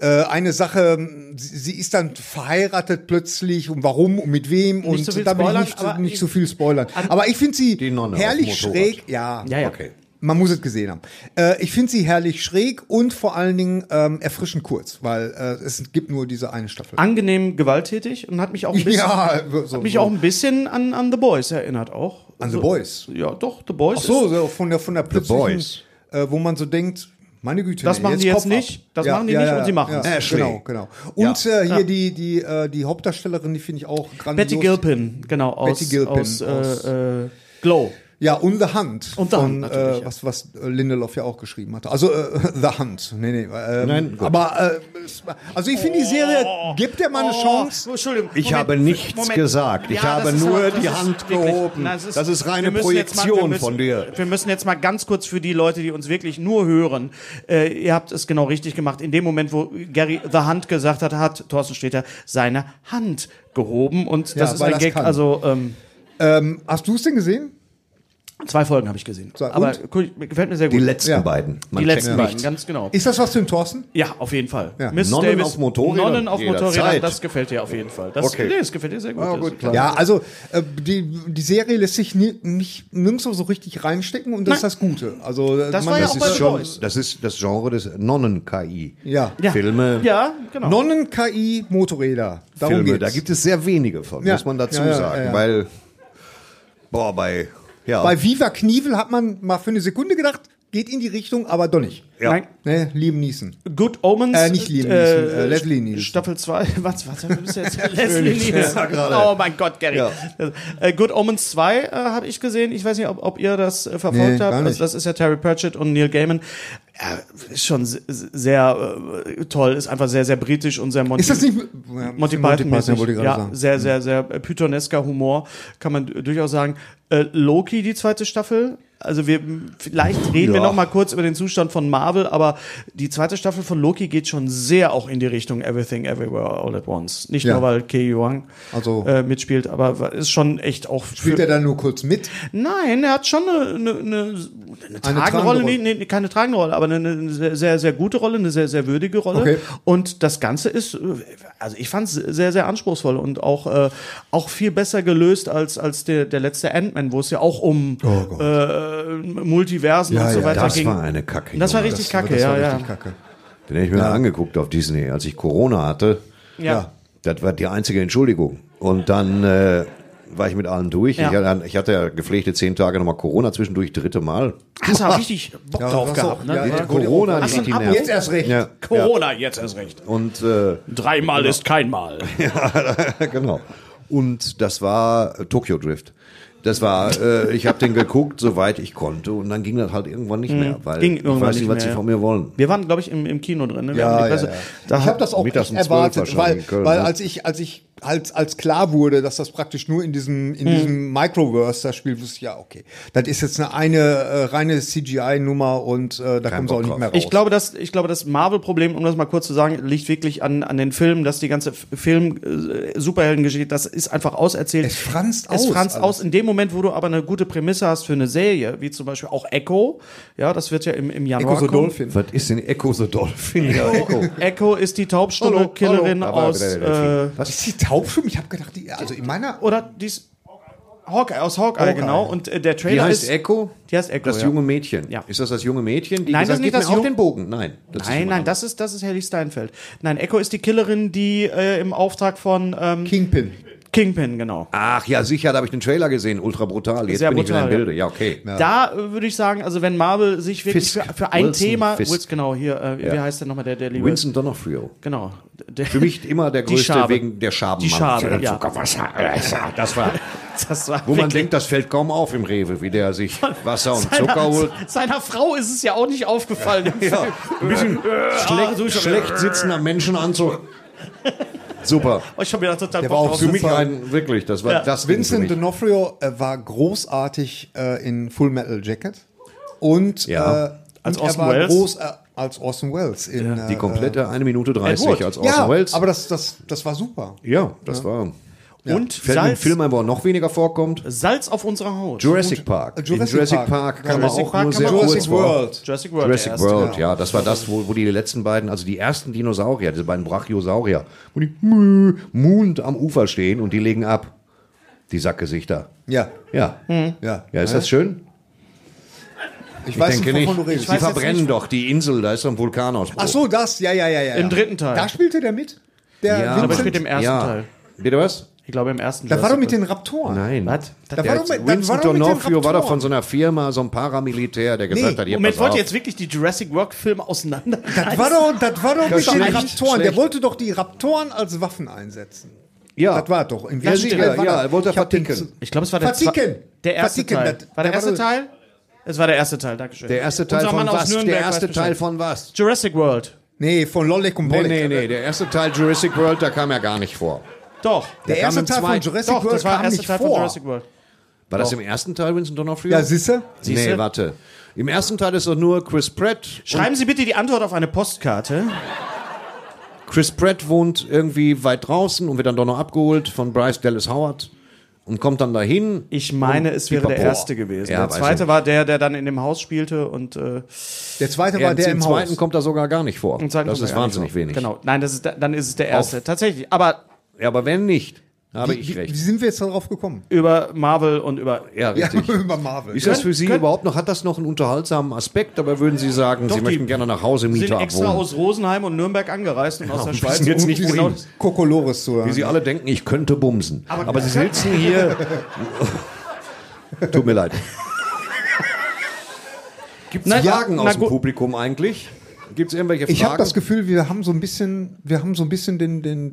S7: äh, eine Sache, sie, sie ist dann verheiratet plötzlich und warum und mit wem und
S1: so viel
S7: da will
S1: spoilern,
S7: ich nicht,
S1: aber
S7: nicht
S1: ich-
S7: zu viel spoilern. Aber ich finde sie
S5: Die Nonne auf
S7: herrlich
S5: Motorrad.
S7: schräg, ja.
S1: Ja, ja.
S5: Okay.
S7: Man muss es gesehen haben. Äh, ich finde sie herrlich schräg und vor allen Dingen ähm, erfrischend kurz, weil äh, es gibt nur diese eine Staffel.
S1: Angenehm gewalttätig und hat mich auch ein bisschen,
S7: so,
S1: hat mich auch ein bisschen an, an The Boys erinnert auch.
S7: An The Boys?
S1: Ja, doch, The Boys.
S7: Ach so,
S1: ist,
S7: so von der von der plötzlichen,
S5: Boys.
S7: äh, wo man so denkt, meine Güte,
S1: Das machen die jetzt
S7: Kopf ab.
S1: nicht, das machen die nicht und sie machen's.
S5: Ashley.
S7: Genau, genau. Und äh, hier die die äh, die Hauptdarstellerin, die finde ich auch grandios.
S1: Betty Gilpin, genau, aus,
S7: Betty Gilpin
S1: aus,
S7: aus-
S1: äh, äh, Glow.
S7: Ja, und The Hunt.
S1: Und The
S7: von,
S1: Hunt natürlich,
S7: äh,
S1: ja.
S7: was, was äh, Lindelof ja auch geschrieben hatte. Also äh, The Hunt. Nee, nee. Ähm,
S5: Nein, gut.
S7: aber äh, es- also ich finde die Serie,
S1: Oh.
S7: gibt der mal eine Chance.
S1: Entschuldigung.
S5: Ich habe nichts gesagt. Ich habe
S1: das ist
S5: nur
S1: das
S5: die
S1: ist
S5: Hand gehoben. Das ist reine
S1: wir müssen jetzt
S5: Projektion
S1: wir müssen,
S5: von dir.
S1: Wir müssen jetzt mal ganz kurz für die Leute, die uns wirklich nur hören, äh, ihr habt es genau richtig gemacht. In dem Moment, wo Gary The Hand gesagt hat, hat Thorsten Sträter seine Hand gehoben. Und das
S7: Ja,
S1: ist
S7: weil
S1: ein
S7: das
S1: Gag.
S7: kann.
S1: Also ähm,
S7: Hast du es denn gesehen?
S1: zwei Folgen habe ich gesehen.
S7: So,
S1: Aber
S7: und?
S1: cool, gefällt mir sehr gut.
S5: Die letzten
S7: Ja.
S5: beiden. Man
S1: Die
S5: checkt
S1: letzten
S5: nichts.
S1: beiden, ganz genau.
S7: Ist das was für den Thorsten?
S1: Ja, auf jeden Fall.
S7: Ja.
S1: Miss
S5: Nonnen auf Motorrädern?
S1: Nonnen auf
S5: Jederzeit.
S1: Motorrädern, das gefällt dir auf jeden Fall. Das,
S5: Okay.
S1: nee, das gefällt dir sehr gut.
S5: Ah,
S1: Das-
S5: gut, klar.
S7: Ja, also äh, die, die Serie lässt sich ni nicht nirgendwo so richtig reinstecken und das ist das Gute. Also äh,
S1: Das war ja
S5: Das
S1: auch
S7: ist
S1: bei
S5: ist,
S1: The
S5: schon,
S1: Boys.
S5: das ist das Genre des Nonnen-KI.
S7: Ja.
S1: Ja.
S5: Filme,
S1: Ja, genau.
S7: Nonnen, KI, Motorräder. Darum
S5: Filme,
S7: geht's.
S5: da gibt es sehr wenige von,
S7: Ja.
S5: muss man dazu
S7: Ja, ja,
S5: sagen.
S7: ja, ja.
S5: Weil, boah, bei, ja,
S7: Bei Viva Knievel hat man mal für eine Sekunde gedacht, geht in die Richtung, aber doch nicht.
S5: ja.
S1: Nein,
S7: Ne, lieben Niesen.
S1: Good Omens.
S7: Äh, nicht Liam Neeson, äh, Leslie Nielsen.
S1: Staffel 2. Was, was, was bist du jetzt? Leslie Nielsen.
S5: gerade.
S1: Oh mein Gott, Gary.
S5: Ja.
S1: Äh, Good Omens 2 äh, habe ich gesehen. Ich weiß nicht, ob, ob ihr das äh, verfolgt
S7: Nee,
S1: habt.
S7: gar nicht.
S1: Also, das ist ja Terry Pratchett und Neil Gaiman. Ja, ist schon se- sehr äh, toll, ist einfach sehr, sehr britisch und sehr Monty,
S7: Ist das nicht
S1: Monty Python,
S7: ja, wollte ich gerade
S1: ja,
S7: sagen. Hm.
S1: sehr, sehr, sehr äh, pythonesker Humor, kann man d- durchaus sagen. Äh, Loki, die zweite Staffel. Also wir vielleicht reden wir
S5: Ja.
S1: noch mal kurz über den Zustand von Marvel, aber die zweite Staffel von Loki geht schon sehr auch in die Richtung Everything Everywhere All at Once. Nicht
S7: Ja.
S1: nur weil Ke Yuang
S7: Also-
S1: äh, mitspielt, aber wa- ist schon echt auch
S7: Spielt
S1: für-
S7: er da nur kurz mit?
S1: Nein, er hat schon eine, eine, eine, eine tragende Rolle, nee, nee, keine tragende Rolle, aber eine, eine sehr, sehr, sehr gute Rolle, eine sehr, sehr würdige Rolle.
S7: Okay.
S1: Und das Ganze ist, äh, also ich fand es sehr, sehr anspruchsvoll und auch, äh, auch viel besser gelöst als, als der, der letzte Ant-Man, wo es ja auch um äh, Multiversen und so
S7: Oh ja,
S1: weiter
S5: Das
S1: ging.
S5: war eine Kacke.
S1: das war
S5: Junge.
S1: richtig
S7: Das
S1: kacke,
S7: war
S1: ja,
S7: richtig
S1: ja.
S7: kacke.
S5: Den habe ich mir angeguckt auf Disney, als ich Corona hatte.
S1: ja.
S5: Das war die einzige Entschuldigung. Und dann äh, war ich mit allem durch.
S1: Ja.
S5: Ich, hatte, ich hatte ja gepflegte zehn Tage nochmal Corona, zwischendurch dritte Mal.
S1: Hast du auch richtig Bock
S7: Ja,
S1: drauf
S7: das auch.
S1: gehabt, ne?
S7: Ja, ja.
S5: Corona
S1: Ach,
S5: nicht die
S1: ab
S5: Nerven.
S7: Jetzt erst recht.
S5: Ja,
S1: Corona, jetzt erst recht.
S5: und äh,
S1: Dreimal ist kein Mal.
S5: genau. Und das war äh, Tokyo Drift. Das war, äh, ich habe den geguckt, soweit ich konnte, und dann ging das halt irgendwann nicht mehr, weil
S1: Mhm. Ging
S5: ich
S1: irgendwann
S5: weiß nicht,
S1: nicht
S5: was sie
S1: mehr,
S5: von mir wollen.
S1: Wir waren, glaube ich, im, im Kino drin. Ne? Wir haben
S7: Ja,
S1: die
S7: ja,
S1: Presse-
S7: ja.
S1: Da
S7: ich habe das auch
S5: mittags
S7: nicht
S5: um 12
S7: erwartet,
S5: wahrscheinlich
S7: weil,
S5: in Köln,
S7: weil
S5: ne?
S7: als ich als ich als als klar wurde, dass das praktisch nur in diesem
S1: Hm.
S7: in diesem Microverse das Spiel wusste ich ja okay, das ist jetzt eine, eine äh, reine CGI Nummer und äh, da kommen sie auch
S5: Bock
S7: nicht mehr
S5: drauf.
S7: raus.
S1: Ich glaube, das, ich glaube, das Marvel-Problem, um das mal kurz zu sagen, liegt wirklich an, an den Filmen, dass die ganze F- Film, äh, Superheldengeschichte, das ist einfach auserzählt.
S7: Es franzt
S1: Es
S7: aus
S1: franzt
S7: alles.
S1: aus. In dem Moment, wo du aber eine gute Prämisse hast für eine Serie, wie zum Beispiel auch Echo, ja, das wird ja im, im Januar
S7: Echo so
S1: kommen.
S7: Dolphin.
S5: Was ist denn Echo the Dolphin? Ja, Echo.
S1: Echo ist die taubstumme
S5: Hallo,
S1: Killerin
S5: hallo. Da war
S1: aus,
S5: wieder der Delfin.
S1: äh,
S7: Ist die taubstumm? Ich habe gedacht, die also in meiner
S1: oder dies, Hawkeye, aus Hawkeye, genau. Und äh, der Trailer
S5: Die heißt
S1: ist,
S5: Echo?
S1: Die heißt Echo,
S5: Das
S1: ja.
S5: junge Mädchen.
S1: Ja.
S5: Ist das das junge Mädchen? Die
S1: Nein, das
S5: gesagt,
S1: ist nicht
S5: gib
S1: das
S5: mir auf
S1: jung-
S5: den Bogen. Nein. das ist
S1: Nein,
S5: jemand
S1: nein, das ist, das ist Haley Steinfeld. Nein, Echo ist die Killerin, die äh, im Auftrag von ähm,
S7: Kingpin.
S1: Kingpin, genau.
S5: Ach ja, sicher, da habe ich den Trailer gesehen. Ultra brutal. Jetzt
S1: Sehr
S5: bin ich
S1: brutal,
S5: wieder
S1: ja.
S5: im Bilde. Ja, okay.
S1: Da äh, würde ich sagen, also wenn Marvel sich wirklich
S5: Fisk.
S1: für, für ein
S5: Wilson
S1: Thema,
S5: Fisk.
S1: Wilson, genau hier, äh, wie heißt der nochmal, der, der liebe,
S5: Winston Donofrio.
S1: genau. Der,
S5: Für mich immer der
S1: Die
S5: größte
S1: Schabe.
S5: wegen der Schaben.
S1: Die Schabe, ja.
S5: Zuckerwasser. Alter, Das war,
S1: das war
S5: wo man
S1: wirklich-
S5: denkt, das fällt kaum auf im Rewe, wie der sich Wasser und Zucker holt.
S1: seiner, seiner Frau ist es ja auch nicht aufgefallen. im
S5: Ja,
S1: Film.
S5: ein bisschen
S1: Ah, so
S5: schlecht,
S1: ist er-
S5: schlecht sitzender Menschenanzug. Super.
S1: Oh, ich hab wieder total
S7: Der
S1: Bock
S7: war auch
S1: drauf.
S5: Für mich
S7: Super.
S5: ein, wirklich, das war
S1: Ja.
S5: das Ding für
S7: Vincent
S5: mich.
S7: D'Onofrio äh, war großartig äh, in Full Metal Jacket und
S5: Ja.
S7: äh,
S1: Als
S7: und er
S1: Orson
S7: war
S1: Welles?
S7: groß äh, als Orson Welles in äh,
S5: Die komplette 1 Minute
S1: Ed Wood.
S5: 30 als Orson
S7: ja,
S5: Welles.
S7: aber das, das, das war super.
S5: ja, das war.
S1: Und
S5: Fällt mir ein
S1: Salz,
S5: Film ein, wo er noch weniger vorkommt.
S1: Salz auf unserer Haut.
S5: Jurassic Park.
S7: Äh, Jurassic
S5: in Jurassic
S7: Park.
S5: Park, kann
S1: Jurassic
S5: man auch
S1: Park
S5: nur
S1: kann
S5: sehr
S1: man auch
S5: kurz
S7: Jurassic World.
S1: Jurassic World.
S5: Jurassic
S1: der erste. genau.
S5: World, ja, das war das, wo, wo die letzten beiden, also die ersten Dinosaurier, diese beiden Brachiosaurier, wo die mü- Mund am Ufer stehen und die legen ab. Die Sackgesichter.
S7: Ja,
S5: Ja.
S7: ja.
S5: Hm. Ja, ist das schön?
S7: ich, weiß
S5: Denke
S7: nicht,
S5: nicht.
S7: wovon du redest.
S5: Die verbrennen doch die Insel, da ist so ein Vulkanausbruch.
S7: Ach so, das, ja, ja, ja, ja.
S1: Im
S7: ja.
S1: dritten Teil.
S7: Da spielte der mit? Der
S5: Ja,
S1: Aber ich
S7: Vincent?
S1: mit dem ersten
S5: ja.
S1: Teil.
S5: Bitte was?
S1: Ich glaube im ersten
S7: da war doch
S1: Jurassic
S7: mit den
S1: World.
S7: Raptoren.
S5: Nein.
S1: Was?
S7: Da war doch mit, da war
S5: Vincent
S7: doch mit den
S5: D'Onofrio war doch
S7: Raptoren.
S5: von so einer Firma, so ein Paramilitär, der gesagt
S7: Nee.
S5: hat, ihr
S1: Moment,
S5: pass
S1: wollt
S5: auf.
S1: ihr jetzt wirklich die Jurassic World-Filme auseinander?
S7: Das war doch, das war doch mit den
S5: schlecht,
S7: Raptoren. Der
S5: schlecht.
S7: wollte doch die Raptoren als Waffen einsetzen.
S5: Ja.
S7: Das war doch. Im
S5: Ja,
S7: ersten
S5: sicher,
S7: Teil war
S5: ja,
S7: das.
S5: er wollte
S7: Ich hab den
S5: verticken.
S7: zu-
S1: Ich glaube, es war der
S7: Verticken.
S1: zwe- Der erste
S7: Verticken,
S1: Teil.
S7: das-
S1: war der
S7: da war
S1: erste
S7: doch-
S1: Teil? Es war der erste Teil, Dankeschön.
S5: Der erste Teil
S1: Unser
S5: von
S1: Mann aus
S5: was?
S1: Nürnberg
S5: Der
S1: weiß
S5: erste
S1: Bescheid.
S5: Teil von was?
S1: Jurassic World.
S7: Nee, von Lollek und
S5: Nee,
S7: Bollek.
S5: nee, nee, der erste Teil Jurassic World, da kam er gar nicht vor.
S1: Doch.
S7: Der
S5: kam
S7: erste
S5: im
S7: Teil von
S5: zweiten.
S7: Jurassic
S1: Doch,
S7: World
S1: das war
S7: kam
S1: der erste
S7: nicht
S1: Teil
S7: vor.
S1: von Jurassic World.
S5: War das im ersten Teil Winston D'Onofrio?
S7: Ja, siehste?
S1: Siehste?
S5: Nee, warte. Im ersten Teil ist doch nur Chris Pratt.
S1: Schreiben Sie bitte die Antwort auf eine Postkarte.
S5: Chris Pratt wohnt irgendwie weit draußen und wird dann doch noch abgeholt von Bryce Dallas Howard und kommt dann dahin.
S1: Ich meine, es wäre der
S5: Pipapo.
S1: erste gewesen.
S5: Ja,
S1: der
S5: weiß
S1: zweite
S5: ich.
S1: war der, der dann in dem Haus spielte und äh,
S7: Der zweite
S5: Er,
S7: war der
S5: Im
S7: im
S5: zweiten
S7: Haus.
S5: kommt er sogar gar nicht vor.
S1: im zweiten
S5: Das
S1: kommt
S5: ist
S1: er gar nicht
S5: wahnsinnig
S1: vor.
S5: wenig.
S1: Genau. Nein, das ist, der- dann ist es der erste. Tatsächlich. Aber
S5: Ja, aber wenn nicht, habe ich
S7: Wie, wie
S5: recht.
S7: sind wir jetzt darauf gekommen?
S1: über Marvel und über.
S5: Ja, richtig.
S7: über Marvel.
S5: Ist das
S1: Können-
S5: für Sie
S1: können-
S5: überhaupt noch, hat das noch einen unterhaltsamen Aspekt? Aber würden Sie sagen, Sie
S1: die
S5: möchten gerne nach Hause
S1: Sind
S5: Mieter
S1: extra
S5: abholen?
S1: aus Rosenheim und Nürnberg angereist und aus der
S5: wir
S1: Schweiz.
S5: wissen jetzt nicht,
S1: genau-
S5: wohin.
S7: Kokolores zu
S5: Wie
S7: hören.
S5: Sie alle denken, ich könnte bumsen. Aber, Sie sitzen hier. Tut mir leid. Gibt
S1: Na,
S5: es Fragen
S1: na
S5: aus dem
S1: gut.
S5: Publikum eigentlich? Gibt es irgendwelche Fragen?
S7: Ich habe das Gefühl, wir haben so ein bisschen, wir haben so ein bisschen den, den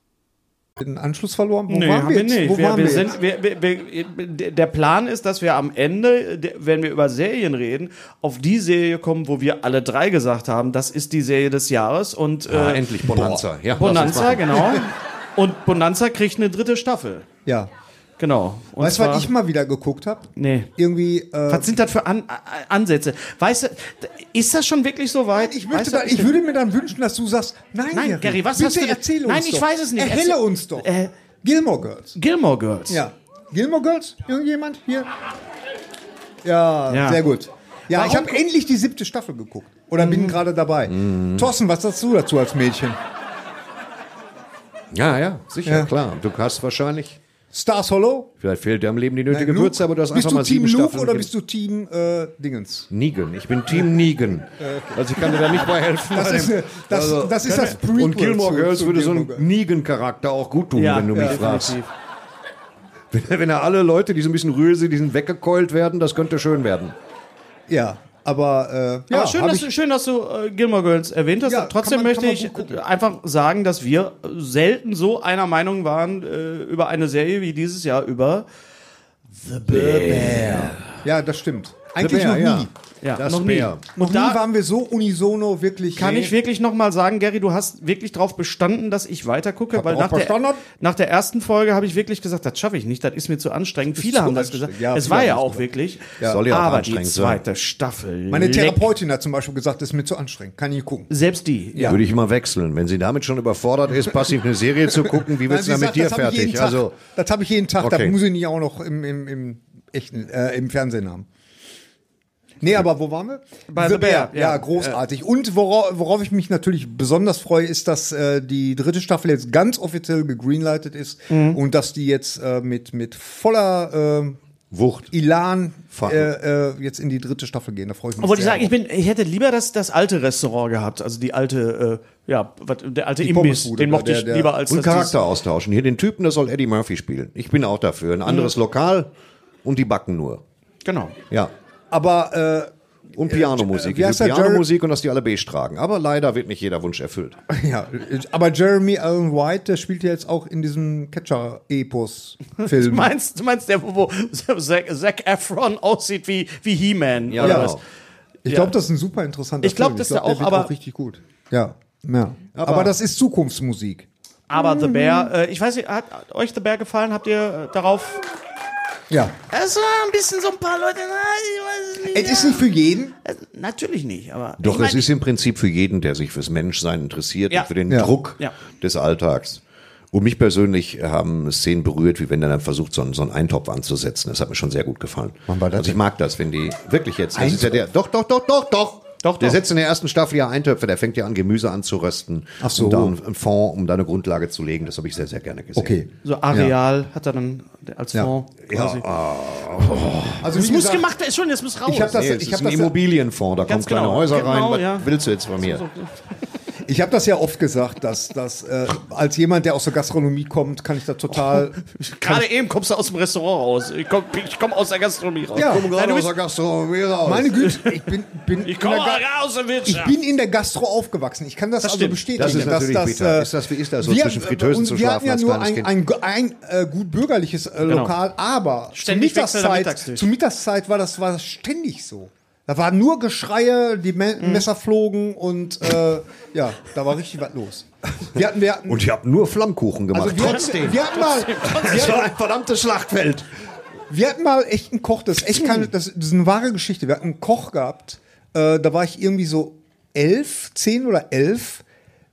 S7: den Anschluss verloren. Wo
S1: Nee,
S7: waren
S1: haben
S7: wir
S1: wir
S7: jetzt?
S1: nicht.
S7: Wo
S1: wir,
S7: waren
S1: wir
S7: wir jetzt?
S1: sind, wir, wir, wir, der Plan ist, dass wir am Ende, de- wenn wir über Serien reden, auf die Serie kommen, wo wir alle drei gesagt haben, das ist die Serie des Jahres und äh,
S5: Ah, endlich Bonanza. Ja,
S1: Bonanza,
S5: lass uns machen.
S1: genau. Und Bonanza kriegt eine dritte Staffel.
S7: Ja.
S1: Genau. Und
S7: Weißt du, was ich mal wieder geguckt habe?
S1: Nee.
S7: Irgendwie. Äh,
S1: Was sind das für An A- Ansätze? Weißt du, d- ist das schon wirklich so weit?
S7: ich,
S1: weißt
S7: möchte
S1: du,
S7: da, ich würde mir dann wünschen, dass du sagst, nein,
S1: Nein, Gary, was
S7: bitte
S1: hast du denn-
S7: erzähl uns
S1: Nein, ich
S7: doch.
S1: weiß es nicht.
S7: Erhelle
S1: Erzähl-
S7: uns doch.
S1: Äh,
S7: Gilmore Girls.
S1: Gilmore Girls.
S7: Ja. Gilmore Girls? Irgendjemand hier? Ja,
S1: Ja.
S7: sehr gut. Ja,
S1: Warum-
S7: ich habe endlich die siebte Staffel geguckt. Oder bin gerade dabei. Thorsten, was sagst du dazu als Mädchen?
S5: Ja, ja, sicher,
S7: Ja.
S5: klar. Du hast wahrscheinlich
S7: Stars Hollow?
S5: Vielleicht fehlt dir am Leben die nötige
S7: Luke?
S5: Würze, aber du hast
S7: bist
S5: einfach
S7: du
S5: mal
S7: Team
S5: sieben
S7: Luke
S5: Staffeln
S7: oder
S5: ge-
S7: bist du Team äh, Dingens?
S5: Negan. Ich bin Team Negan. Also ich kann dir da nicht bei helfen.
S7: Das
S5: bei
S7: ist
S5: dem- Also
S7: eine- das- das ist das Prequel
S5: Und Gilmore
S7: zu-
S5: Girls
S7: zu
S5: würde so
S7: Gilmore
S5: einen Negan-Charakter auch gut tun, wenn du mich fragst.
S1: definitiv.
S5: Ne, Wenn, wenn er alle Leute, die so ein bisschen rühl sind, die sind weggekeult werden, das könnte schön werden.
S7: Ja, aber äh,
S1: Ja,
S7: ja,
S1: schön,
S7: hab
S1: dass,
S7: ich,
S1: du- schön, dass du äh, Gilmore Girls erwähnt hast.
S7: Ja,
S1: Trotzdem
S7: kann man-
S1: möchte
S7: kann man
S1: ich
S7: gut gucken.
S1: äh, einfach sagen, dass wir selten so einer Meinung waren äh, über eine Serie wie dieses Jahr über.
S7: ja, das stimmt. Eigentlich
S5: Bär,
S7: noch nie.
S5: ja.
S1: Ja,
S5: Das
S1: noch nie.
S5: Bär.
S7: Noch
S1: Und
S7: nie
S1: da
S7: waren wir so unisono wirklich.
S1: kann ich wirklich nochmal sagen, Gary, du hast wirklich drauf bestanden, dass ich weitergucke, weil
S7: drauf
S1: nach der,
S7: bestanden.
S1: nach der ersten Folge habe ich wirklich gesagt, das schaffe ich nicht, das ist mir zu anstrengend. Viele
S7: zu
S1: haben das
S7: anstrengend.
S1: gesagt.
S7: Ja,
S1: es
S7: viele
S1: war ja
S7: haben das
S1: auch wirklich.
S5: Soll ja auch
S1: Aber die
S5: anstrengend sein.
S1: zweite Staffel.
S7: Meine
S1: leck.
S7: Therapeutin hat zum Beispiel gesagt, das ist mir zu anstrengend. Kann ich nicht gucken.
S1: Selbst die. Ja.
S5: Würde ich immer wechseln. Wenn sie damit schon überfordert ist, passiv eine Serie zu gucken, wie
S7: Nein,
S5: wird's
S7: sie
S5: dann mit
S7: sagt,
S5: dir
S7: das hab ich jeden
S5: fertig?
S7: Tag.
S5: Also,
S7: das habe ich jeden Tag. Da
S5: Okay.
S7: muss ich nicht auch noch im, im, im echten äh, im Fernsehen haben. Nee, aber wo waren wir?
S1: Bei The Bear,
S7: Ja,
S1: ja.
S7: großartig. Und worauf, worauf ich mich natürlich besonders freue, ist, dass äh, die dritte Staffel jetzt ganz offiziell gegreenlightet ist
S5: Mhm.
S7: und dass die jetzt äh, mit, mit voller äh,
S5: Wucht.
S7: Elan
S5: Fuck.
S7: äh, äh, jetzt in die dritte Staffel gehen. Da freue ich mich
S1: Obwohl ich
S7: sehr
S1: sagen, ich,
S7: drauf.
S1: bin, ich hätte lieber das, das alte Restaurant gehabt, also die alte, äh, ja, was- der alte Imbiss,
S7: Pommesbude,
S1: den mochte
S7: der-
S1: ich
S7: der-
S1: lieber als
S5: Und
S1: das- dieses-
S5: Charakter austauschen. Hier den Typen, das soll Eddie Murphy spielen. Ich bin auch dafür. Ein anderes
S1: Mhm.
S5: Lokal und die backen nur.
S1: Genau.
S5: Ja.
S7: aber äh,
S5: Und Pianomusik.
S7: äh, wie heißt
S5: Diese
S7: der Jared-
S5: Pianomusik und dass die alle beige tragen. Aber leider wird nicht jeder Wunsch erfüllt.
S7: Ja, aber Jeremy Allen White, der spielt ja jetzt auch in diesem Catcher-Epos-Film.
S1: Meinst du meinst der, wo, wo Zac, Zac Efron aussieht wie, wie He-Man?
S5: Ja,
S1: oder
S5: genau.
S1: was?
S7: ich
S1: ja.
S7: glaube, das ist ein super interessanter
S1: Ich glaub,
S7: Film.
S1: dass der auch,
S7: wird
S1: aber-
S7: richtig gut. Ja, ja. Aber, das ist Zukunftsmusik.
S1: Aber The Bear, äh, ich weiß nicht, hat, hat euch The Bear gefallen? Habt ihr äh, darauf.
S7: Ja.
S1: Es war ein bisschen so ein paar Leute, na, ich weiß es
S7: Es
S1: nicht.
S7: ist nicht für jeden.
S1: Natürlich nicht, aber.
S5: Doch,
S1: ich mein,
S5: es ist im Prinzip für jeden, der sich fürs Menschsein interessiert
S1: Ja.
S5: und für den
S7: Ja.
S5: Druck
S1: Ja.
S5: des Alltags. Und mich persönlich haben Szenen berührt, wie wenn er dann versucht, so einen, so einen Eintopf anzusetzen. Das hat mir schon sehr gut gefallen.
S7: Wann war das
S5: also ich
S7: denn?
S5: mag das, wenn die wirklich jetzt. Das ist ja der, doch, doch, doch, doch, doch.
S1: Doch,
S5: der
S1: doch.
S5: setzt in der ersten Staffel ja Eintöpfe, der fängt ja an, Gemüse anzurösten. Ach
S7: so.
S5: Und dann einen Fond, um da eine Grundlage zu legen. Das habe ich sehr, sehr gerne gesehen.
S7: Okay.
S1: So Areal hat er dann als
S7: Ja.
S1: Fonds.
S5: Ja,
S1: quasi.
S7: Also
S1: Es
S7: wie
S1: muss
S7: gesagt,
S1: gemacht werden, schon, es muss raus.
S7: Ich hab das-
S5: nee, es
S7: ich
S5: ist
S7: hab
S5: ein
S7: das-
S5: Immobilienfonds, da kommen
S1: Ganz
S5: kleine
S1: genau,
S5: Häuser
S1: genau,
S5: rein. Was
S1: ja. Also
S5: willst du jetzt von mir?
S7: Ich habe das ja oft gesagt, dass, dass äh, als jemand, der aus der Gastronomie kommt, kann ich da total.
S1: Gerade eben kommst du aus dem Restaurant raus. Ich komme ich komm aus der Gastronomie raus.
S7: Ja.
S1: Nein, du bist-
S5: der Gastronomie raus.
S7: Meine Güte, ich bin, bin
S1: ich
S7: in
S1: komme
S7: der Ga-
S1: aus der
S7: Ich
S1: Wirtschaft.
S7: bin in der Gastro aufgewachsen. Ich kann das, also
S1: stimmt.
S7: bestätigen.
S5: Das ist
S7: dass äh,
S5: natürlich bitter. Ist das- wie ist das, so
S7: wir-
S5: zwischen Fritteusen
S7: und
S5: zu
S7: wir hatten
S5: schlafen als
S7: ja nur
S5: kleines
S7: ein, ein, ein, äh, gut bürgerliches äh, Lokal, aber zur
S1: Ständig wechselnder
S7: Mittagszeit,
S1: Mittagstisch.
S7: zur Mittagszeit war das war das ständig so. Da waren nur Geschreie, die Me Messer flogen und äh, ja, da war richtig was los. Wir hatten, wir hatten,
S5: Und ich habe nur Flammkuchen gemacht.
S7: also wir hatten, wir hatten mal,
S5: Es war ein verdammtes Schlachtfeld.
S7: wir hatten mal echt einen Koch, das ist echt keine, das ist eine wahre Geschichte. Wir hatten einen Koch gehabt, äh, da war ich irgendwie so elf, zehn oder elf.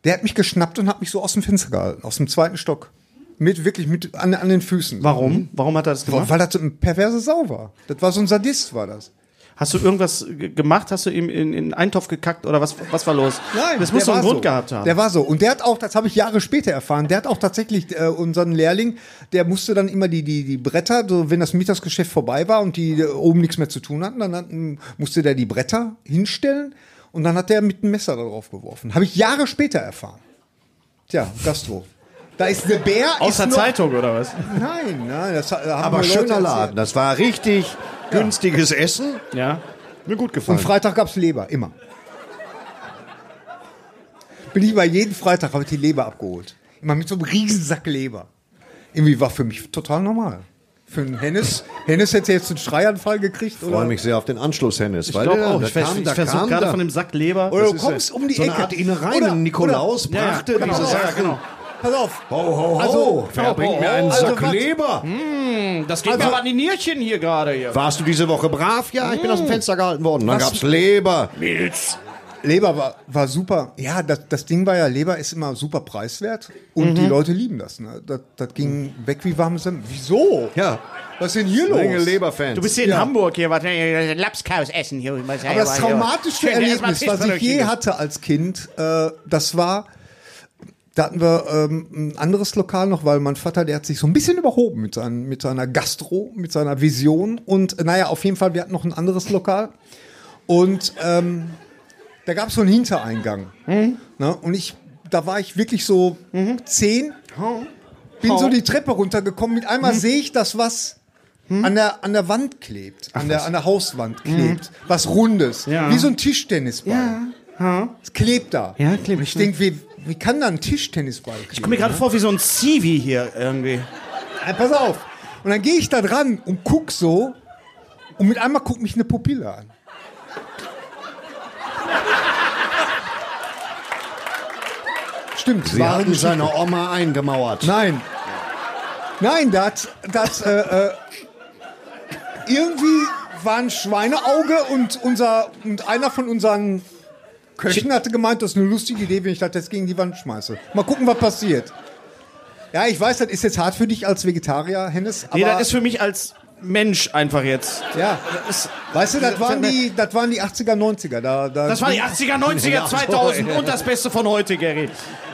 S7: Der hat mich geschnappt und hat mich so aus dem Fenster gehalten, aus dem zweiten Stock. Mit wirklich mit an, an den Füßen.
S1: Warum? Warum hat er das gemacht?
S7: Weil das so eine perverse Sau war. Das war so ein Sadist, war das.
S1: Hast du irgendwas ge- gemacht? Hast du ihm in, in einen Eintopf gekackt oder was, was war los? das muss
S7: der
S1: doch einen
S7: war
S1: Grund
S7: so.
S1: gehabt haben.
S7: Der war so. Und der hat auch, das habe ich Jahre später erfahren, der hat auch tatsächlich äh, unseren Lehrling, der musste dann immer die, die, die Bretter, so wenn das Mittagsgeschäft vorbei war und die äh, oben nichts mehr zu tun hatten, dann hatten, musste der die Bretter hinstellen und dann hat der mit einem Messer da drauf geworfen. Habe ich Jahre später erfahren. Tja, Gastro. Da ist der Bär.
S1: Aus
S7: ist
S1: der
S7: noch-
S1: Zeitung oder was?
S7: Nein, nein. Das, ha- haben
S5: Aber
S7: mir Leute
S5: schöner
S7: erzählt.
S5: Laden. Das war richtig günstiges Essen.
S1: Ja.
S5: Mir gut
S7: Und
S5: gefallen.
S7: Freitag gab's Leber, immer. Bin ich bei jeden Freitag, habe ich die Leber abgeholt. Immer mit so einem Riesensack Leber. Irgendwie war für mich total normal. Für einen Hennes, Hennes hätte jetzt einen Schreianfall gekriegt,
S5: Ich freue
S7: oder?
S5: mich sehr auf den Anschluss, Hennes.
S1: Ich glaube auch. Oh, Ich, vers- ich versuche gerade von dem Sack Leber.
S7: Oder du
S5: ist,
S7: kommst
S5: äh,
S7: um die
S5: so eine
S7: Ecke.
S5: Art Innereien.
S7: Oder-
S5: Nikolaus
S7: oder-
S5: brachte Oh,
S7: Ja, ja,
S5: diese
S7: genau.
S5: Sachen.
S7: Pass auf.
S5: Ho, ho, ho.
S7: Also-
S5: Wer bringt mir einen
S7: Also
S5: Sack
S7: was-
S5: Leber?
S1: Das geht
S7: Also-
S1: an die Nierchen hier gerade. Hier.
S5: Hm? Warst du diese Woche brav? Ja, ich bin aus dem Fenster gehalten worden. Dann gab's Leber.
S7: Leber war, war super. Ja, das, das Ding war ja, Leber ist immer super preiswert und
S5: Mhm.
S7: die Leute lieben das. Ne? Das, das ging weg wie warme Semmeln. Wieso?
S5: Ja.
S7: Was ist denn hier los?
S5: Menge Leberfans.
S1: Du bist hier in
S7: Ja.
S1: Hamburg hier, was? äh, Lapskaus essen hier. Aber
S7: Aber das traumatischste Erlebnis, was ich je hatte als Kind, äh, das war, Da hatten wir ähm, ein anderes Lokal noch, weil mein Vater, der hat sich so ein bisschen überhoben mit, seinen, mit seiner Gastro, mit seiner Vision. Und äh, naja, auf jeden Fall, wir hatten noch ein anderes Lokal. Und ähm, da gab es so einen Hintereingang.
S1: Hm?
S7: Ne? Und ich, da war ich wirklich so
S1: Mhm.
S7: zehn, bin so die Treppe runtergekommen. Mit einmal
S1: Mhm.
S7: sehe ich, dass was an, der, an der Wand klebt, an, der, an der Hauswand klebt. Was Rundes,
S1: Mhm. Ja.
S7: wie so ein Tischtennisball. Es klebt da.
S1: Ja, klebt.
S7: Und ich denke, wie, wie kann da ein Tischtennisball kleben?
S1: Ich komme mir gerade vor wie so ein Zivi hier irgendwie.
S7: Ja, Äh, pass auf. Und dann gehe ich da dran und guck so. Und mit einmal guckt mich eine Pupille an. Stimmt,
S5: Sie
S7: wahre
S5: hatten
S7: Geschichte.
S5: seine Oma eingemauert.
S7: Nein. Nein, das, das, äh, äh, irgendwie waren Schweineauge und unser, und einer von unseren Köchen hatte gemeint, das ist eine lustige Idee, wenn ich das jetzt gegen die Wand schmeiße. Mal gucken, was passiert. Ja, ich weiß, das ist jetzt hart für dich als Vegetarier, Hennes, aber.
S1: Nee, das ist für mich als Mensch einfach jetzt.
S7: ja.
S1: Das, ist,
S7: Weißt du, das waren die, das waren die 80er, 90er. Da, da
S1: das war die 80er, 90er, 2000 und das Beste von heute, Gary.